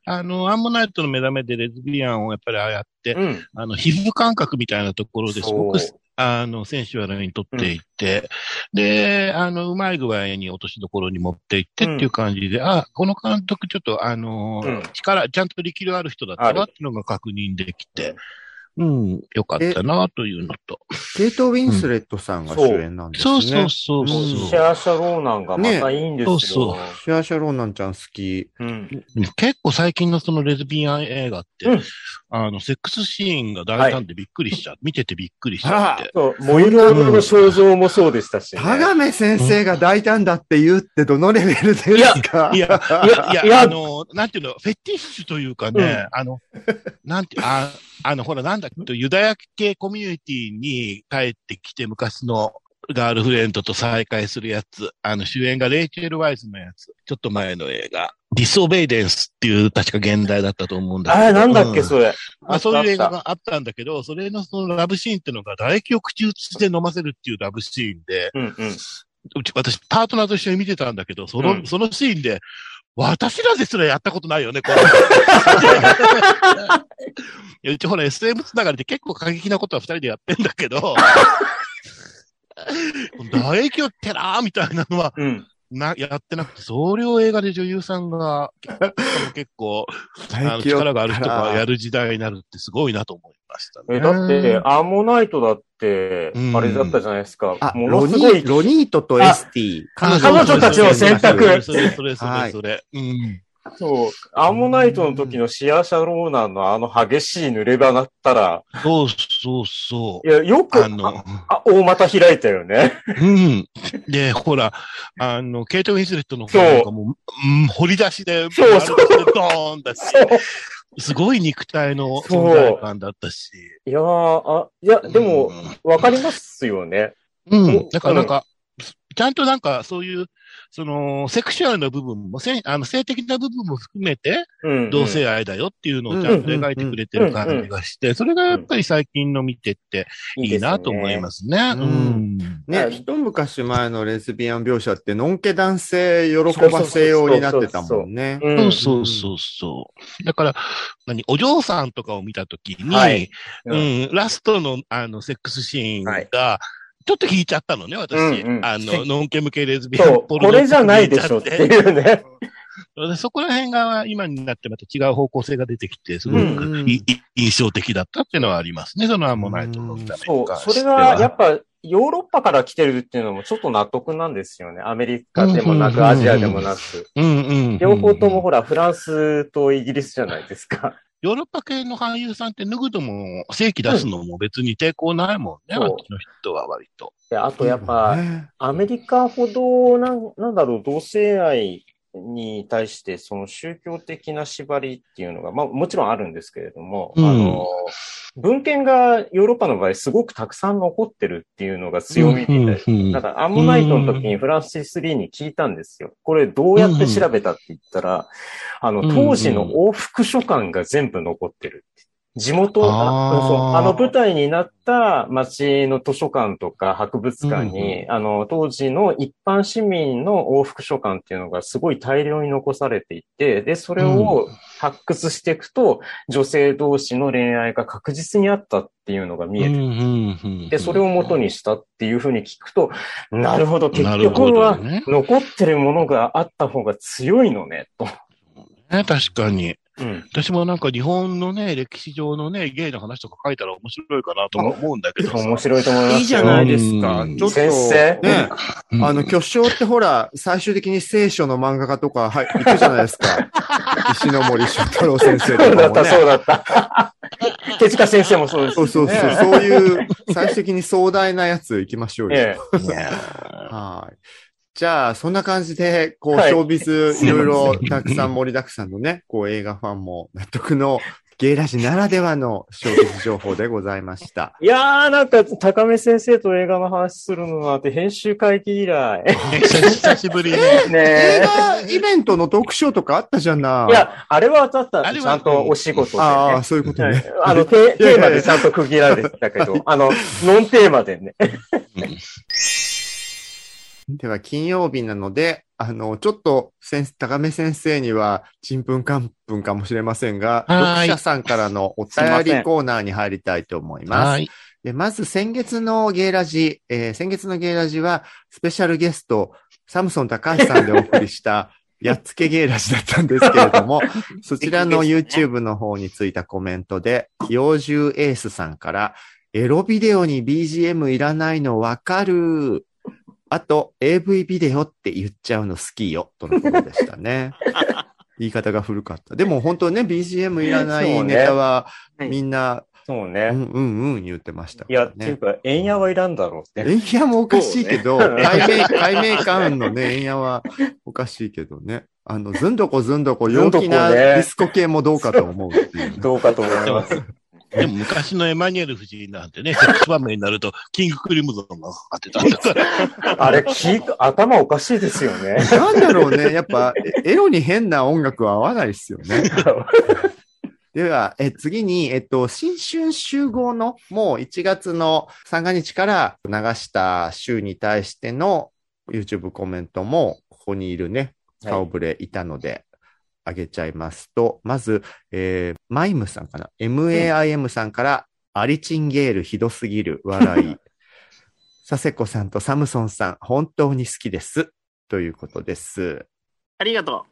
Speaker 7: あの、アンモナイトの目覚めでレズビアンをやっぱりああやって、
Speaker 6: うん。
Speaker 7: あの、皮膚感覚みたいなところですごく
Speaker 6: そう、
Speaker 7: あの、選手はに取っていって、で、あの、うまい具合に落としどころに持っていってっていう感じで、あ、この監督ちょっと、あの、
Speaker 6: うん
Speaker 7: 力、ちゃんと力量ある人だったな
Speaker 6: あ
Speaker 7: っていうのが確認できて、うん、よかったなというのと。
Speaker 3: ケイト・ウィンスレットさんが主演なんですね。
Speaker 7: そうそうそうそう。
Speaker 3: うん
Speaker 6: シェア・シャローナンがまたいいんですよ。
Speaker 7: ねそうそ
Speaker 3: シュアシャローナンちゃん好き。
Speaker 6: うん。
Speaker 7: 結構最近のそのレズビアン映画って、
Speaker 6: うん
Speaker 7: あの、セックスシーンが大胆でびっくりしちゃう、見ててびっくりしちゃって。
Speaker 6: そう、燃える男の肖像もそうでしたし、ね。
Speaker 3: 田亀先生が大胆だって言うってどのレベルですか
Speaker 7: いや、いや、いや、
Speaker 6: いや
Speaker 7: あの、なんていうの、フェティッシュというかね、あの、なんて、ああの、ほら、なんだっけ、ユダヤ系コミュニティに帰ってきて、昔のガールフレンドと再会するやつ、あの、主演がレイチェル・ワイズのやつ、ちょっと前の映画、ディスオベイデンスっていう、確か現代だったと思うんだけど。
Speaker 6: あれ、なんだっ
Speaker 7: う
Speaker 6: け、それ。
Speaker 7: まあ、そういう映画
Speaker 6: あっ
Speaker 7: があったんだけど、それのそのラブシーンっていうのが、唾液を口移しで飲ませるっていうラブシーンで、
Speaker 6: た。うんうん。
Speaker 7: うち、私、パートナーと一緒に見てたんだけど、その、
Speaker 6: うん
Speaker 7: そのシーンで、私らですらやったことないよ ね、これ。いやうちほら SM つながりで結構過激なことは二人でやってんだけど、唾液をてらーみたいなのは
Speaker 6: うん。
Speaker 7: なやってなくて、それを映画で女優さんが、しかも結構、あの力がある人がやる時代になるってすごいなと思いましたね。
Speaker 6: え、だって、アンモナイトだって
Speaker 7: う、ん
Speaker 6: あれだったじゃないですか。
Speaker 3: あ、
Speaker 6: も
Speaker 3: ロ
Speaker 6: の
Speaker 3: ニ
Speaker 6: すごい
Speaker 3: ー、、ロニートとエスティ。
Speaker 7: あ
Speaker 6: 彼女たちの選択
Speaker 7: それそれそ
Speaker 3: は
Speaker 7: れ
Speaker 3: い
Speaker 7: それ。うん
Speaker 6: そう、アンモナイトの時のシア・シャローナンのあの激しい濡れ場だったら、
Speaker 7: そうそうそう
Speaker 6: い。や、よく、
Speaker 7: あ
Speaker 6: あ
Speaker 7: の、
Speaker 6: あ大股開いたよね。
Speaker 7: うん。で、ほら、あの、ケイト・ウィンスレットの方なんかもう、うん、掘り出しで、
Speaker 6: そう
Speaker 7: 丸出しでドーンだし、
Speaker 6: そう。
Speaker 7: すごい肉体の
Speaker 6: そう
Speaker 7: 存在感だったし。
Speaker 6: いやーあ、いや、でも、わかりますよね。
Speaker 7: うん、
Speaker 6: お
Speaker 7: うん。だからなんか、ちゃんとなんか、そういう、その、セクシュアルな部分も、せんあの性的な部分も含めて、
Speaker 6: うん。。
Speaker 7: 同性愛だよっていうのをちゃんと描いてくれてる感じがして、それがやっぱり最近の見てっていいなと思いますすね。
Speaker 3: う
Speaker 7: うんん。
Speaker 3: ね、
Speaker 6: うん
Speaker 3: 一昔前のレズビアン描写って、のんけ男性喜ばせようになってたもんね。
Speaker 6: う
Speaker 7: そ
Speaker 6: ん
Speaker 7: う。そうそうそう。だから、何、お嬢さんとかを見たときに、
Speaker 6: はい
Speaker 7: うん、ラストの、あの、セックスシーンが、
Speaker 6: はい
Speaker 7: ちょっと引いちゃったのね、私。
Speaker 6: うんうん
Speaker 7: あの、ノンケ向けレズビアン
Speaker 6: そう、
Speaker 7: ポ
Speaker 6: こ
Speaker 7: ルノ
Speaker 6: れじゃないでしょっていうね。
Speaker 7: で そこら辺が今になってまた違う方向性が出てきて、すごくい、
Speaker 3: うんうん
Speaker 7: い印象的だったっていうのはありますね、そのアンモナイトのため
Speaker 6: そう、それがやっぱヨーロッパから来てるっていうのもちょっと納得なんですよね。アメリカでもな
Speaker 7: うんうんうんう
Speaker 6: く、
Speaker 7: ん
Speaker 6: アジアでもなく。
Speaker 7: うんうん。
Speaker 6: 両方ともほら、フランスとイギリスじゃないです か。
Speaker 7: ヨーロッパ系の俳優さんって脱ぐのも、正規出すのも別に抵抗ないもんね、
Speaker 6: うん
Speaker 7: あっちの人は割と。
Speaker 6: で、あとやっぱ、
Speaker 3: ね
Speaker 6: アメリカほど、なん、なんだろう、同性愛に対して、その宗教的な縛りっていうのが、まあもちろんあるんですけれども、
Speaker 7: うん
Speaker 6: あの、文献がヨーロッパの場合すごくたくさん残ってるっていうのが強みみたいです
Speaker 7: うんうんうん
Speaker 6: なんか、アンモナイトの時にフランシス・リーに聞いたんですよ。これどうやって調べたって言ったら、あの、当時の往復書簡が全部残ってる。地元、あ
Speaker 7: あー
Speaker 6: そうあの舞台になった町の図書館とか博物館に、あの、当時の一般市民の往復書館っていうのがすごい大量に残されていて、で、それを発掘していくと、女性同士の恋愛が確実にあったっていうのが見えて、で、それを元にしたっていうふうに聞くと、なるほど、結
Speaker 7: なる
Speaker 6: 局
Speaker 7: ほど
Speaker 6: は
Speaker 7: ね
Speaker 6: 残ってるものがあった方が強いのね、と。
Speaker 7: ね、確かに。
Speaker 6: うん。
Speaker 7: 私もなんか日本のね、歴史上のね、ゲイの話とか書いたら面白いかなとも思うんだけどさ。
Speaker 6: 面白いと思いますよ。
Speaker 8: いいじゃないですか。
Speaker 7: うん
Speaker 8: ちょっと。
Speaker 6: 先生
Speaker 3: ね、
Speaker 7: うん
Speaker 3: あの、巨匠ってほら、最終的に聖書の漫画家とか、はい、行くじゃないです か。石ノ森章太郎先生とか
Speaker 6: そうだっ
Speaker 3: も
Speaker 6: た、
Speaker 3: ね。
Speaker 6: そうだ った。手塚先生もそうです。
Speaker 3: そうそうそう、
Speaker 6: ね
Speaker 3: そういう、最終的に壮大なやつ行きましょうよ。
Speaker 6: え
Speaker 3: はい。じゃあ、そんな感じで、こう、
Speaker 6: はい
Speaker 3: ショービズ、いろいろたくさん盛りだくさんのね、 こう、映画ファンも納得の ゲイラジならではのショービズ情報でございました。
Speaker 6: えいやー、なんか、高め先生と映画の話するのなんて、編集会議以来。ね
Speaker 7: ね久し久しぶりに。
Speaker 3: 映
Speaker 6: え。
Speaker 3: 画イベントのトークショーとかあったじゃない。
Speaker 6: いや、あれは当たっ
Speaker 7: あ
Speaker 6: た。
Speaker 7: れは
Speaker 6: ちゃんとお仕事でね。
Speaker 3: ああ、
Speaker 6: は
Speaker 3: そういうことね。
Speaker 6: いあの、テテーマでちゃんと区切られてたけど、あの、ノンテーマでね。
Speaker 3: では、金曜日なので、あの、ちょっと先生、高め先生には、ちんぷんかんぷんかもしれませんが、
Speaker 7: は
Speaker 3: 読
Speaker 7: い
Speaker 3: 者さんからのお便
Speaker 6: すいませ
Speaker 3: り
Speaker 6: ん
Speaker 3: コーナーに入りたいと思います。
Speaker 7: はい。
Speaker 3: で、まず先月のゲイラジ、えー先月のゲイラジは、スペシャルゲスト、サムソン高橋さんでお送りした、 やっつけゲイラジだったんですけれども、そちらの YouTube の方についたコメントで、幼獣エースさんから、エロビデオに BGM いらないのわかる。あと、AV ビデオって言っちゃうの好きよ、とのことでした ね。言い方が古かった。でも本当ね、BGM いらないネタは、
Speaker 5: そうねはい
Speaker 3: みんな、
Speaker 6: そう
Speaker 3: う
Speaker 6: ね。
Speaker 3: んうんうん言ってましたか
Speaker 6: いや、
Speaker 3: らね、
Speaker 6: っていうか、円屋はいらんだろうって。
Speaker 3: 円屋もおかしいけど、
Speaker 6: そうね
Speaker 3: 解明、解明感のね、円屋はおかしいけどね。あの、ずんどこずんどこ、陽気な
Speaker 6: ずんどこね
Speaker 3: ディスコ系もどうかと思うっていう ね。
Speaker 6: どうかと思います。
Speaker 7: でも昔のエマニュエル夫人なんてね、セックス場面になると、キングクリムゾンがかかってたんだから。
Speaker 6: あれ、聞い頭おかしいですよね。
Speaker 3: なんだろうね。やっぱ、エロに変な音楽は合わないですよ ね。では、え、次に、えっと、新春集合の、もう1月の三が日から流した週に対しての YouTube コメントも、ここにいるね、
Speaker 6: はい
Speaker 3: 顔ぶれいたので、あげちゃいますと、まず、えーマイムさんかな ?MAIM さんから、アリチンゲールひどすぎる、 笑い。佐世子さんとサムソンさん、本当に好きです。ということです。
Speaker 5: ありがと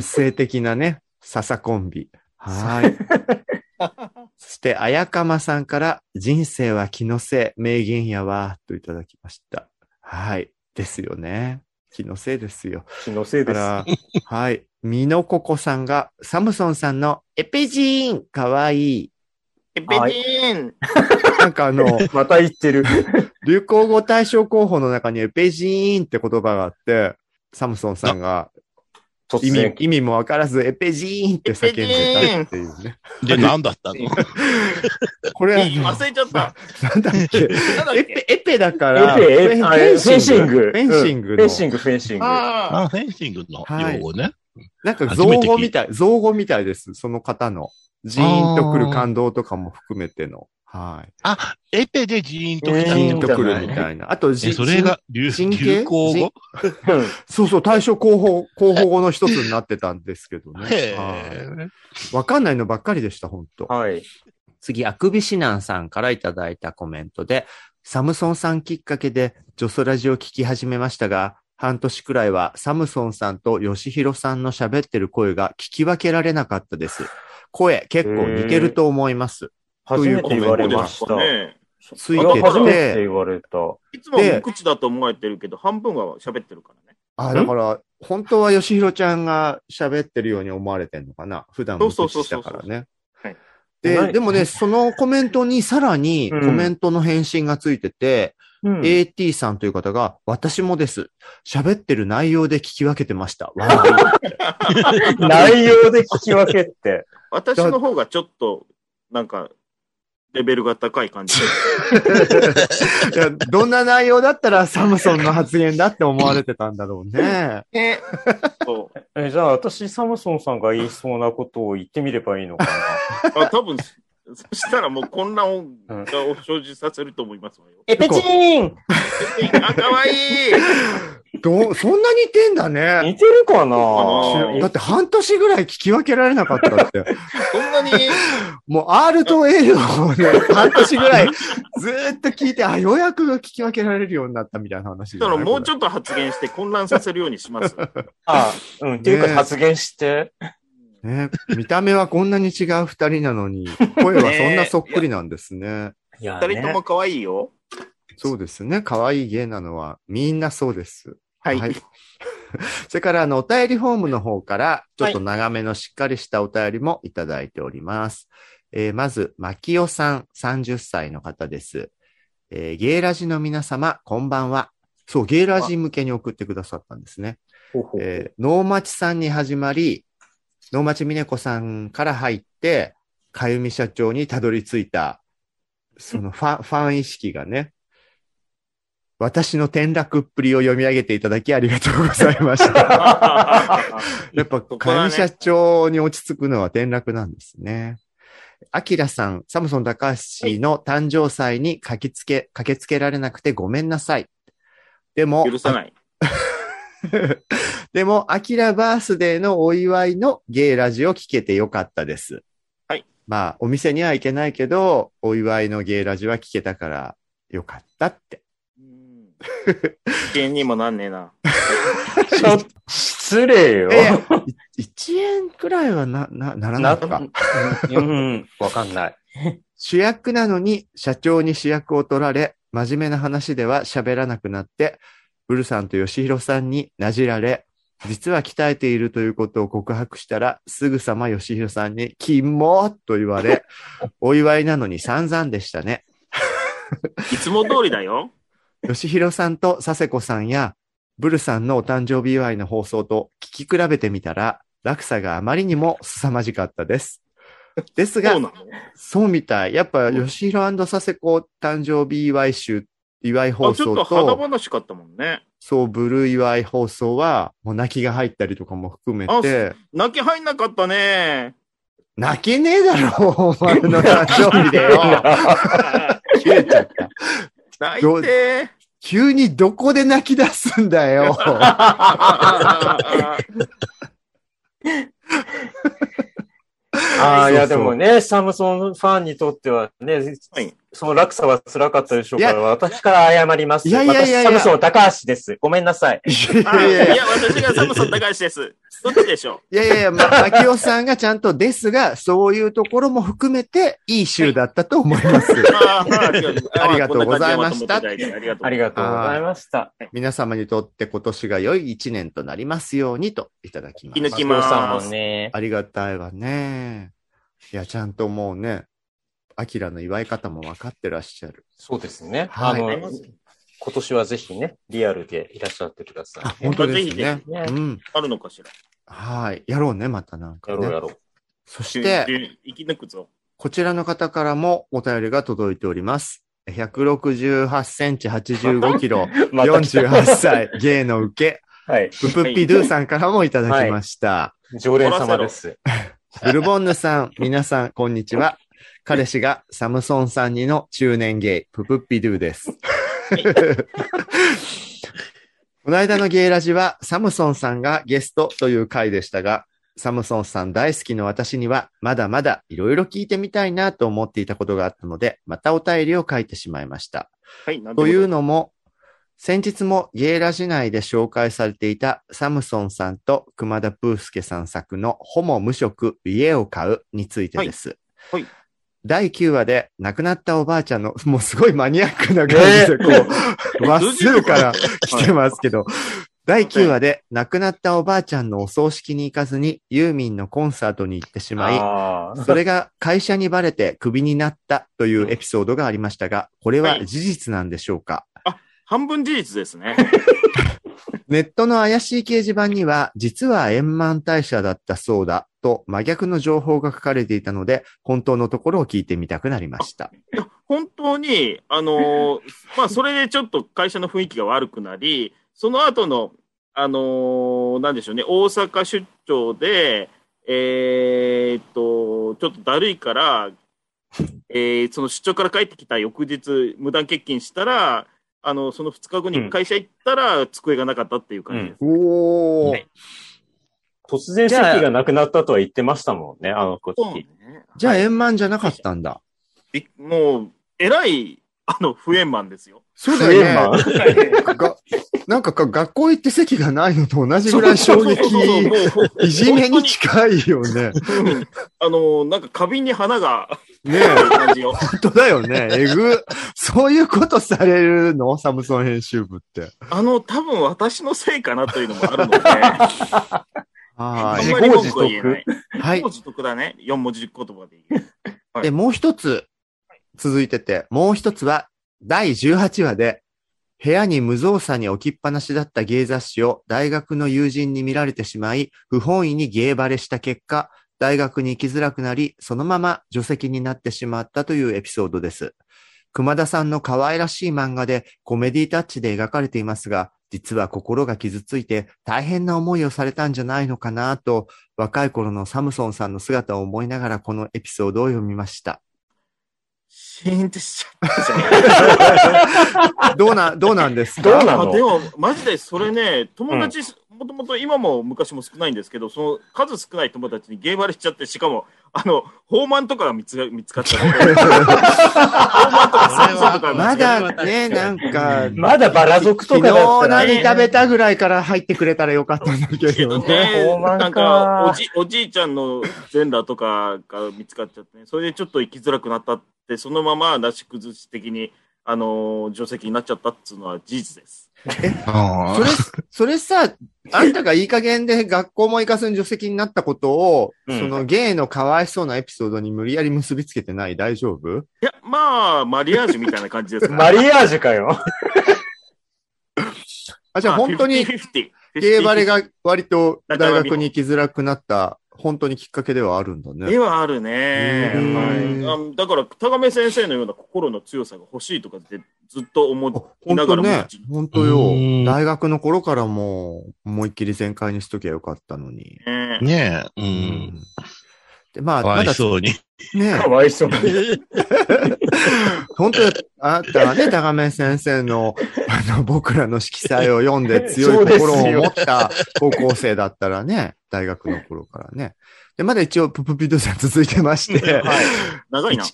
Speaker 3: 性的なね、笹コンビ。は ーい。そして、あやかまさんから、人生は気のせい、名言やわ、といただきました。はい。ですよね。気のせいですよ。
Speaker 6: 気のせい
Speaker 3: だ
Speaker 6: で
Speaker 3: か
Speaker 6: す。
Speaker 3: ら、はい。みのここさんが、サムソンさんのエペジーン、かわいい。
Speaker 5: う。エペジーン。
Speaker 3: なんかあの、
Speaker 6: また言ってる。
Speaker 3: 流行語大賞候補の中にエペジーンって言葉があって、サムソンさんが
Speaker 6: 突
Speaker 3: 意味
Speaker 6: 然。
Speaker 3: 意味もわからずエペジーンって叫んでたっていうね。
Speaker 7: で、何だったの
Speaker 3: これはね、
Speaker 5: 忘れちゃった。
Speaker 3: なんだっけ
Speaker 5: なんだっ
Speaker 3: エ
Speaker 5: け
Speaker 3: ペ、エペだから、
Speaker 6: エペ、エペ、あれフェンシング。
Speaker 3: フェンシング
Speaker 6: う
Speaker 3: の
Speaker 6: んフェン、シング、フェンシング。
Speaker 5: あ
Speaker 7: あフェンシングの用語ね。
Speaker 3: なんか
Speaker 7: 初
Speaker 3: 造
Speaker 7: めて聞い
Speaker 3: 語みたい、造語みたいです。その方の。ジーンとくる感動とかも含めての。はい。
Speaker 7: あ、エペでジーンと来
Speaker 3: ジ
Speaker 7: た
Speaker 3: ー
Speaker 7: ん
Speaker 3: ンと
Speaker 7: だね
Speaker 3: くるみたいな。あと、
Speaker 7: え
Speaker 3: ジ
Speaker 7: それが流
Speaker 3: 人形
Speaker 7: 流行語
Speaker 6: うん
Speaker 3: そうそう、対象候補、候補語の一つになってたんですけどね。
Speaker 7: へ
Speaker 3: はい
Speaker 7: え。
Speaker 3: わかんないのばっかりでした、本当
Speaker 6: はい。
Speaker 3: 次、あくび指南さんからいただいたコメントで、サムソンさんきっかけでジョソラジを聞き始めましたが、半年くらいはサムソンさんとヨシヒロさんの喋ってる声が聞き分けられなかったです。声結構似てると思います。
Speaker 6: 初めて言われました。
Speaker 5: ね
Speaker 3: ついて
Speaker 6: 初
Speaker 3: っ
Speaker 6: めて
Speaker 3: て、
Speaker 6: 言われた。
Speaker 5: いつも無口だと思われてるけど、半分は喋ってるからね。
Speaker 3: あ、だから、本当はヨシヒロちゃんが喋ってるように思われてんのかな普段無口だからね
Speaker 5: そうそうそうそうはい。
Speaker 6: は
Speaker 3: で、
Speaker 6: い
Speaker 3: でもね、そのコメントにさらにコ
Speaker 6: うん
Speaker 3: メントの返信がついてて、
Speaker 6: うん、
Speaker 3: AT さんという方が、私もです。喋ってる内容で聞き分けてました。笑い
Speaker 6: 内容で聞き分けって。
Speaker 5: 私の方がちょっと、なんか、レベルが高い感じ。
Speaker 3: いやどんな内容だったらサムソンの発言だって思われてたんだろうね。
Speaker 5: ね。そう。
Speaker 6: え、じゃあ私、サムソンさんが言いそうなことを言ってみればいいのか な。
Speaker 5: あ多分そしたらもう混乱をが生じさせると思いますわよ。
Speaker 6: エペチーン
Speaker 5: あ、かわいい
Speaker 3: どうそんな似てんだね。
Speaker 6: 似てるかな
Speaker 5: あ
Speaker 3: だって半年ぐらい聞き分けられなかったって。
Speaker 5: そんなに、
Speaker 3: もう R と L をね、半年ぐらいずーっと聞いて、あ、ようやく聞き分けられるようになったみたいな話
Speaker 5: だからもう
Speaker 3: ょ
Speaker 5: ち
Speaker 3: っ
Speaker 5: ょっと発言して混乱させるようにします。
Speaker 6: あうん、っていうか
Speaker 3: ねえ
Speaker 6: 発言して。
Speaker 3: と。ね、見た目はこんなに違う二人なのに、声はそんなそっくりなんですね。
Speaker 6: いや、
Speaker 5: 二人とも可愛いよ。
Speaker 3: そうですね。可愛い芸なのはみんなそうです。
Speaker 5: はい。
Speaker 3: それから、あの、お便りフォームの方から、ちょっと長めのしっかりしたお便りもいただいております。えーまず、牧尾さん、30歳の方です。えーゲイラジの皆様、こんばんは。そう、ゲイラジ向けに送ってくださったんですね。
Speaker 6: ほうほう
Speaker 3: えー、能町さんに始まり、能町美ね子さんから入って、かゆみ社長にたどり着いた、そのファン、ファン意識がね、私の転落っぷりを読み上げていただきありがとうございま した。やっぱ、
Speaker 5: こ
Speaker 3: かゆ
Speaker 5: は
Speaker 3: み
Speaker 5: ね
Speaker 3: 社長に落ち着くのは転落なんですね。アキラさん、サムソン高橋の誕生祭に駆けつけ、駆けつけられなくてごめんなさい。でも、
Speaker 5: 許さない。
Speaker 3: でも、アキラバースデーのお祝いのゲイラジオ聞けてよかったです。
Speaker 5: はい。
Speaker 3: まあ、お店には行けないけど、お祝いのゲイラジは聞けたからよかった って。
Speaker 5: うん危険にもなんねえな。
Speaker 6: ちょっと失礼よ。
Speaker 3: え、1円くらいはな、な、ならなかった。
Speaker 6: うん、わかんない。
Speaker 3: 主役なのに社長に主役を取られ、真面目な話では喋らなくなって、ブルさんと吉弘さんになじられ、実は鍛えているということを告白したら、すぐさま吉弘さんに、キモーと言われ、お祝いなのに散々でしたね。
Speaker 5: いつも通りだよ。
Speaker 3: 吉弘さんと佐世子さんや、ブルさんのお誕生日祝いの放送と聞き比べてみたら、落差があまりにも凄まじかったです。ですが
Speaker 5: そう、なの
Speaker 3: そうみたい。やっぱ、吉弘佐世子誕生日祝い集、祝い放
Speaker 5: あちょ
Speaker 3: 送
Speaker 5: っと肌
Speaker 3: と、
Speaker 5: 々しかったもんね。
Speaker 3: そう、ブルー祝い放送は、もう泣きが入ったりとかも含めて、
Speaker 5: 泣き入んなかったね。
Speaker 3: 泣けねえだ ろ、お前の誕生日でよ。切れちゃった。
Speaker 5: 泣いて。
Speaker 3: 急にどこで泣き出すんだ よ。
Speaker 6: ああ、いや
Speaker 3: そ
Speaker 6: で
Speaker 3: うそう
Speaker 6: もね、サムソンファンにとってはね、
Speaker 5: はい
Speaker 6: その落差は辛かったでしょうか
Speaker 3: い
Speaker 6: ら、私から謝ります。
Speaker 3: いやいやいやいや
Speaker 6: 私、サムソン高橋です。ごめんなさい。
Speaker 3: い
Speaker 5: あ
Speaker 3: やいやい
Speaker 5: い
Speaker 3: や
Speaker 5: や、私がサムソン高橋です。どっちでしょ
Speaker 3: いやいやいや、ま、牧尾さんがちゃんとですが、そういうところも含めて、いい週だったと思い ます。
Speaker 5: う。あーあー、
Speaker 3: ありがとうございました
Speaker 5: ありがとう
Speaker 6: あ
Speaker 5: ござ
Speaker 6: り
Speaker 5: いま
Speaker 6: がとうございました。
Speaker 3: 皆様にとって今年が良い一年となりますようにといただきま
Speaker 5: 息抜
Speaker 3: す
Speaker 5: き。
Speaker 6: 松尾さんもね。
Speaker 3: ありがたいわね。いや、ちゃんともうね、アキラの祝い方も分かってらっしゃる。
Speaker 6: そうですね。
Speaker 3: はい
Speaker 6: あの、今年はぜひね、リアルでいらっしゃってくださ
Speaker 3: あ、
Speaker 6: い。
Speaker 3: 本当です
Speaker 5: ぜ
Speaker 3: ね。
Speaker 6: ね
Speaker 3: うん。
Speaker 5: あるのかしら。
Speaker 3: はい。やろうね、またなんか、
Speaker 6: やろうや
Speaker 3: ね。
Speaker 6: ろう。
Speaker 3: そして、
Speaker 5: 生き抜くぞ。
Speaker 3: こちらの方からもお便りが届いております。168センチ85キロ、
Speaker 6: また来た
Speaker 3: 48歳、芸の受け、
Speaker 6: はい。
Speaker 3: ププッピドゥさんからもいただきました。
Speaker 6: 常連様です。
Speaker 3: ブルボンヌさん、皆さん、こんにちは。彼氏がサムソンさんにの中年ゲイ、ププッピドゥです。この間のゲイラジは、サムソンさんがゲストという回でしたが、サムソンさん大好きの私には、まだまだいろいろ聞いてみたいなと思っていたことがあったので、またお便りを書いてしまいました。
Speaker 5: はい、なんで
Speaker 3: と
Speaker 5: も
Speaker 3: いうのも、先日もゲイラ市内で紹介されていたサムソンさんと熊田プースケさん作のホモ無職家を買うについてです。
Speaker 5: はいはい
Speaker 3: 第9話で亡くなったおばあちゃんの、もうすごいマニアックな感じで、こう、 まっすぐから来てますけど、第9話で亡くなったおばあちゃんのお葬式に行かずにユーミンのコンサートに行ってしまい、
Speaker 6: あ ー
Speaker 3: それが会社にバレてクビになったというエピソードがありましたが、これは事実なんでしょうか、
Speaker 5: 半分事実ですね。
Speaker 3: ネットの怪しい掲示板には、実は円満退社だったそうだと真逆の情報が書かれていたので、本当のところを聞いてみたくなりました。
Speaker 5: 本当に、あのーまあ、それでちょっと会社の雰囲気が悪くなり、その後の、あのーなんでしょうね、大阪出張で、えーっと、ちょっとだるいから、えーその出張から帰ってきた翌日、無断欠勤したら、あの、その2日後に会社行ったら、机がなかったっていう感じです。
Speaker 3: おー。
Speaker 6: 突然席がなくなったとは言ってましたもんね、あの子
Speaker 5: そう
Speaker 6: 時
Speaker 5: ね。
Speaker 3: じゃあ円満じゃなかったんだ。
Speaker 5: びもう、えらい、あの、不円満ですよ。
Speaker 3: そう
Speaker 6: 不円満。
Speaker 3: が なんかか学校行って席がないのと同じぐらい衝撃、
Speaker 5: そうもう
Speaker 3: いじめに近いよ ね。
Speaker 5: うんあのーなんか花瓶に花が、
Speaker 3: ねえ、
Speaker 5: 感じよ。
Speaker 3: 本当だよね。えぐ。そういうことされるのサムソン編集部って。
Speaker 5: あの、多分私のせいかなというのもあるので、
Speaker 3: は
Speaker 5: あん
Speaker 3: い。
Speaker 5: まり文句は言えない。
Speaker 3: は
Speaker 5: 自
Speaker 3: い
Speaker 5: 業。自得だね。4文字言葉で言える。はい
Speaker 3: で、もう一つ、続いてて、もう一つは、第18話で、部屋に無造作に置きっぱなしだった芸雑誌を大学の友人に見られてしまい、不本意に芸バレした結果、大学に行きづらくなり、そのまま除籍になってしまったというエピソードです。熊田さんの可愛らしい漫画でコメディタッチで描かれていますが、実は心が傷ついて大変な思いをされたんじゃないのかなと若い頃のサムソンさんの姿を思いながらこのエピソードを読みました。
Speaker 5: シーンってしちゃったじゃない
Speaker 3: どうな、どうなんです
Speaker 6: どう
Speaker 3: か
Speaker 6: な
Speaker 5: あ
Speaker 6: の
Speaker 5: でも、マジでそれね、友達、もともと今も昔も少ないんですけど、その数少ない友達にゲーバレしちゃって、しかも、あの、ホーマンとかが見つか見つかっちゃって、ホーマンとかサンソンとかが見つかっちゃって
Speaker 3: まだね、なんか、
Speaker 6: まだバラ族と
Speaker 3: 昨
Speaker 6: かだった
Speaker 3: 日
Speaker 6: ら、
Speaker 3: 何
Speaker 6: ね、
Speaker 3: 食べたぐらいから入ってくれたらよかったんだけ
Speaker 5: け
Speaker 3: ど
Speaker 5: ど
Speaker 3: ね。
Speaker 5: ね
Speaker 6: 傲慢、か
Speaker 5: なんかおじおじいちゃんの全裸とかが見つかっちゃってね、それでちょっと生きづらくなったって、そのままなし崩し的に、あのー、定石になっちゃったっつうのは事実です。
Speaker 7: あ
Speaker 3: それ、それさ、あんたがいい加減で学校も行かずに助席になったことを、
Speaker 6: うん
Speaker 3: そのゲイのかわいそうなエピソードに無理やり結びつけてない大丈夫
Speaker 5: いや、まあ、マリアージュみたいな感じです から
Speaker 6: マリアージュかよ。
Speaker 3: あ、じゃあ
Speaker 5: まあ
Speaker 3: 本当に
Speaker 5: 50-50
Speaker 3: ゲイバレが割と大
Speaker 5: 中上
Speaker 3: 学に行きづらくなった、本当にきっかけではあるんだ
Speaker 5: で
Speaker 3: ね。
Speaker 5: はあるね。
Speaker 3: うん
Speaker 5: はいあだから、高め先生のような心の強さが欲しいとかってずっと
Speaker 3: あ
Speaker 5: 思い
Speaker 3: 本
Speaker 5: な
Speaker 3: 当
Speaker 5: がらも
Speaker 3: ね
Speaker 5: うち。
Speaker 3: 本当
Speaker 7: うん
Speaker 3: よ。大学の頃からもう思いっきり全開にしときゃよかったのに。
Speaker 5: ね
Speaker 7: あ。ねえ。う。。
Speaker 3: うんで、まあ、
Speaker 7: かわ
Speaker 3: ま
Speaker 7: い
Speaker 3: だ、
Speaker 7: そうに。
Speaker 3: ね、
Speaker 6: かわいそうに。
Speaker 3: 本当あったらね、高め先生の、あの、僕らの色彩を読んで強い心を持った高校生だったらね、大学の頃からね。で、まだ一応、ププピドさん続いてまして、
Speaker 5: 長い な。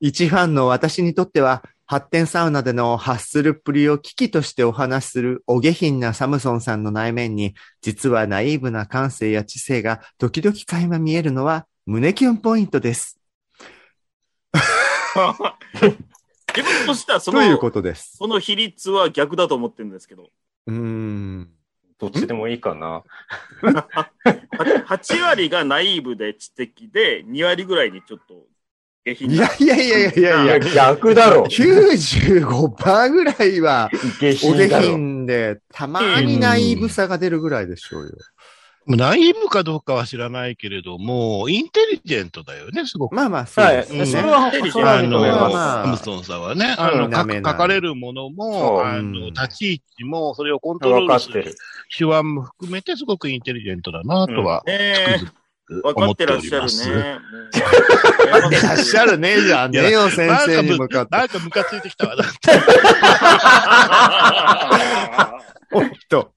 Speaker 3: 一ファンの私にとっては、発展サウナでのハッスルっぷりを危機としてお話しするお下品なサムソンさんの内面に、実はナイーブな感性や知性が時々垣間見えるのは胸キュンポイントです。
Speaker 5: 自分としてはそ
Speaker 3: と
Speaker 5: の、
Speaker 3: いうことです。
Speaker 5: その比率は逆だと思ってるんですけど。
Speaker 3: うーん。
Speaker 6: どっちでもいいかな。
Speaker 5: 8割がナイーブで知的で、2割ぐらいにちょっと下品
Speaker 3: い
Speaker 5: な
Speaker 3: や。いやいやいやいや
Speaker 6: い
Speaker 3: いや
Speaker 6: や、。逆だろ。
Speaker 3: 95%ぐらいは、
Speaker 6: 下
Speaker 3: お
Speaker 6: 品
Speaker 3: 下
Speaker 6: だろ。
Speaker 3: 品で、たまにナイーブさが出るぐらいでしょうよ。
Speaker 7: 内部かどうかは知らないけれども、インテリジェントだよね、すごく。
Speaker 3: まあまあ、そう
Speaker 6: は
Speaker 3: で
Speaker 6: い。
Speaker 3: す
Speaker 6: それ
Speaker 3: ね。
Speaker 6: は、
Speaker 5: うん
Speaker 6: それは認め
Speaker 3: まあま
Speaker 6: ま
Speaker 3: あ
Speaker 6: す。
Speaker 7: サムソンさんはね、あ
Speaker 6: う
Speaker 7: の、
Speaker 6: ん
Speaker 7: 書
Speaker 3: ダメ
Speaker 7: く書
Speaker 3: な
Speaker 7: かれるもの
Speaker 6: そう
Speaker 7: も、あ
Speaker 3: う
Speaker 7: の、
Speaker 3: ん
Speaker 7: 立ち位置も、それをコントロ
Speaker 6: 分
Speaker 7: ー
Speaker 6: か
Speaker 7: ル
Speaker 6: っ
Speaker 7: す
Speaker 6: て
Speaker 7: る
Speaker 6: る。
Speaker 7: 手腕も含めて、すごくインテリジェントだな、とは、
Speaker 5: ね
Speaker 7: つくづ
Speaker 5: 分
Speaker 7: く
Speaker 5: か
Speaker 7: 思
Speaker 5: っ
Speaker 7: ってて
Speaker 5: ら
Speaker 7: お
Speaker 5: っ
Speaker 7: り
Speaker 5: しゃる
Speaker 7: ます。
Speaker 5: ね。
Speaker 3: いらっしゃるね、じゃあねえよ、先生に向かって。
Speaker 7: なんかムカついてきたわ、なんて。
Speaker 3: ほんと。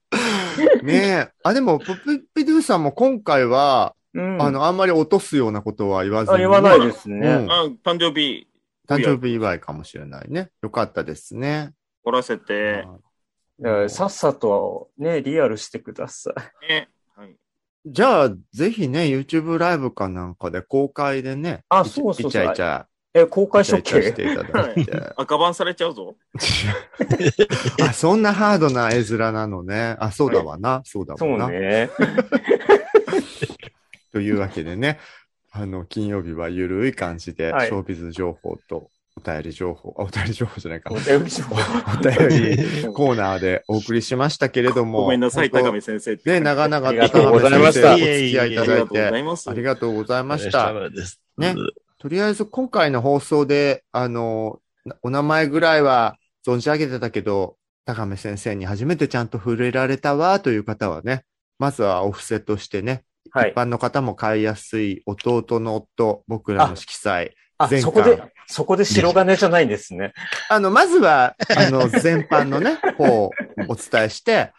Speaker 3: ねえ。あ、でも、ポッピドゥさんも今回は、
Speaker 6: うん。
Speaker 3: あの、あんまり落とすようなことは言わず
Speaker 6: あ
Speaker 3: に。
Speaker 6: 言わないです
Speaker 3: う
Speaker 6: ね。
Speaker 3: ん
Speaker 5: あ誕生日
Speaker 3: 誕生日祝いかもしれないね。よかったですね。
Speaker 5: 来らせて、
Speaker 6: だからさっさと、ね、リアルしてください。
Speaker 5: ね。はい
Speaker 3: じゃあ、ぜひね、YouTube ライブかなんかで公開でね。
Speaker 6: あそうそうそう
Speaker 3: イチャイチャ。
Speaker 6: え、公開処
Speaker 3: イチャイチャし
Speaker 6: 刑
Speaker 3: ていただいて。
Speaker 5: 赤番されちゃうぞ。
Speaker 3: あ、そんなハードな絵面なのね。あ、そうだわな。そうだ
Speaker 6: そう
Speaker 3: わな。
Speaker 6: ね。
Speaker 3: というわけでね、あの、金曜日はゆるい感じで、
Speaker 6: はい
Speaker 3: ショービズ情報と、お便り情報、あ、お便り情報じゃないか。お
Speaker 6: お便り情報
Speaker 3: 便りコーナーでお送りしましたけれども。
Speaker 5: ごめんなさい、
Speaker 3: 本当
Speaker 5: 高見先生。
Speaker 3: ね、長々
Speaker 6: ありがとうございました
Speaker 3: お付き合いいた
Speaker 5: あり
Speaker 3: だい
Speaker 5: がと
Speaker 3: う
Speaker 5: ござ
Speaker 3: て、
Speaker 5: います
Speaker 3: あ。りがとうございま した。
Speaker 7: です。
Speaker 3: ねとりあえず今回の放送で、あの、なお名前ぐらいは存じ上げてたけど、高め先生に初めてちゃんと触れられたわという方はね、まずはお布施としてね、
Speaker 6: は
Speaker 3: 一
Speaker 6: い。
Speaker 3: 般の方も買いやすい弟の夫、僕らの色彩。
Speaker 6: あ、
Speaker 3: 前回
Speaker 6: そこで、そこで白金じゃないんですね。
Speaker 3: あの、まずは、あの、全般の ね、方をお伝えして、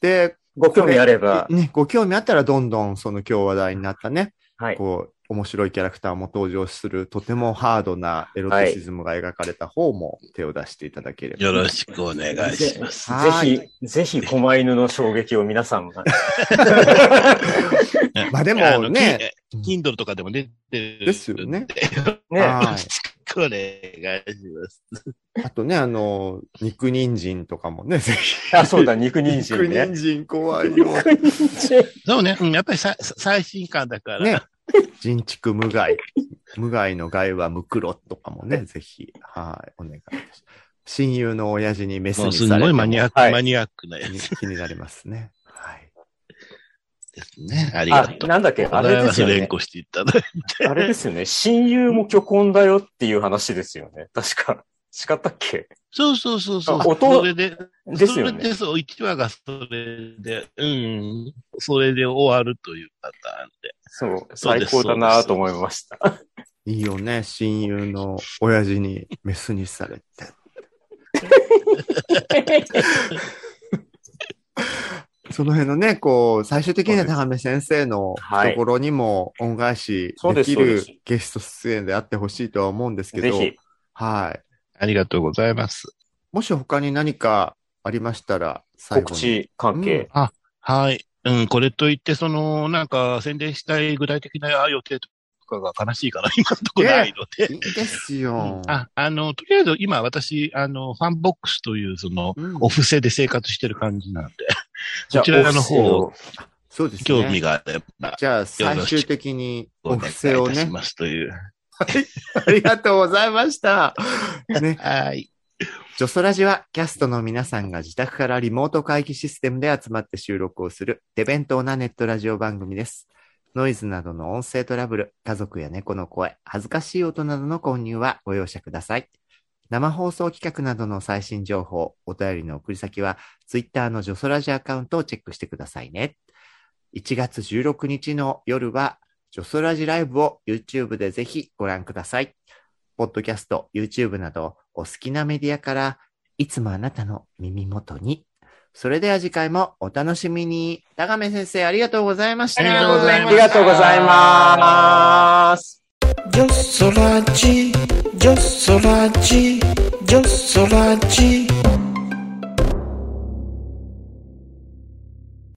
Speaker 3: で、
Speaker 6: ご興味あれば。
Speaker 3: ね、ご興味あったらどんどんその今日話題になったね、
Speaker 6: はい。
Speaker 3: こう、面白いキャラクターも登場する、とてもハードなエロティシズムが描かれた方も手を出していただければ。
Speaker 7: よろしくお願いします。
Speaker 6: ぜ
Speaker 3: はーい
Speaker 6: ひ、ぜひ、狛犬の衝撃を皆さんが。
Speaker 3: まあで
Speaker 7: あ
Speaker 3: も
Speaker 7: の
Speaker 3: ね、、
Speaker 7: キンドルとかでも出てる。
Speaker 3: ですよね。
Speaker 6: ね。
Speaker 3: はい
Speaker 7: よろし くお願いします。
Speaker 3: あとね、あの、肉人参とかも ね、ぜひ。
Speaker 6: あ、そうだ、肉人参
Speaker 3: 肉
Speaker 6: ね。
Speaker 3: 人参怖いよ。
Speaker 7: そうね、うん、やっぱりささ最新刊だから。
Speaker 3: ね。人畜無害。無害の害は無黒とかもね、ぜひ、はい、お願いいたします。親友の親父にメス
Speaker 7: もう
Speaker 3: に
Speaker 7: す
Speaker 3: され
Speaker 7: ご
Speaker 3: て
Speaker 7: い
Speaker 3: も
Speaker 7: マニアック、
Speaker 6: はい
Speaker 7: マニアックなや
Speaker 3: 気
Speaker 7: つ
Speaker 3: に気になりますね。はい。
Speaker 7: ですね。ありが
Speaker 6: あ
Speaker 7: と、う。
Speaker 6: なんだっけ、あ
Speaker 7: あれ
Speaker 6: れ
Speaker 7: は
Speaker 6: ですよ
Speaker 7: 連
Speaker 6: ね。
Speaker 7: 呼していただいて。
Speaker 6: あれですよね。親友も虚婚だよっていう話ですよね。確か。違ったっけ
Speaker 7: そうそうそうそう。
Speaker 6: あ音
Speaker 7: それで、
Speaker 6: ですよ
Speaker 7: それで
Speaker 6: ね。
Speaker 7: そう、1話がそれで、うん、それで終わるというパターンで。
Speaker 6: そう。
Speaker 7: そう
Speaker 6: 最
Speaker 7: です
Speaker 6: 高だなと思いました。
Speaker 3: いいよね、親友の親父にメスにされて。その辺のね、こう、最終的には高め先生の
Speaker 6: はい
Speaker 3: ところにも恩返し
Speaker 6: そう
Speaker 3: で
Speaker 6: です
Speaker 3: き
Speaker 6: そうで
Speaker 3: る
Speaker 6: す
Speaker 3: ゲスト出演であってほしいとは思うんですけ
Speaker 6: ぜ
Speaker 3: ど、
Speaker 6: ひ。
Speaker 3: はい。
Speaker 7: ありがとうございます。
Speaker 3: もし他に何かありましたら、最後
Speaker 6: 告
Speaker 3: に。
Speaker 6: 知関係。
Speaker 7: はい。うん、これといって、その、なんか、宣伝したい具体的な予定とかが悲しいから、今のところない ので。
Speaker 3: いいですよ。
Speaker 7: あ、あの、とりあえず今私、あの、ファンボックスという、その、
Speaker 3: うん
Speaker 7: お布施で生活してる感じなんで、
Speaker 6: じゃ
Speaker 7: こちら
Speaker 6: あ
Speaker 7: の方を
Speaker 6: お布施
Speaker 3: そうですね。
Speaker 7: 興味があれば、
Speaker 3: じゃあ、最終的にお
Speaker 7: お
Speaker 3: 布
Speaker 7: 布
Speaker 3: 施
Speaker 7: 施
Speaker 3: を
Speaker 7: をね。
Speaker 3: ね
Speaker 7: し、ますという。
Speaker 3: ありがとうございま した。ね、
Speaker 7: はい。
Speaker 3: ジョソラジはキャストの皆さんが自宅からリモート会議システムで集まって収録をする手弁当なネットラジオ番組です。ノイズなどの音声トラブル、家族や猫の声、恥ずかしい音などの購入はご容赦ください。生放送企画などの最新情報、お便りの送り先は Twitter のジョソラジアカウントをチェックしてくださいね。1月16日の夜はジョソラジライブを YouTube でぜひご覧ください。ポッドキャスト、YouTube などお好きなメディアからいつもあなたの耳元に。それでは次回もお楽しみに。高め先生ありがとうございました。
Speaker 7: ありがとうございま
Speaker 6: あ
Speaker 7: し
Speaker 6: りがと
Speaker 7: た
Speaker 6: うございます。
Speaker 1: ジョソラジジョソラジジョソラジ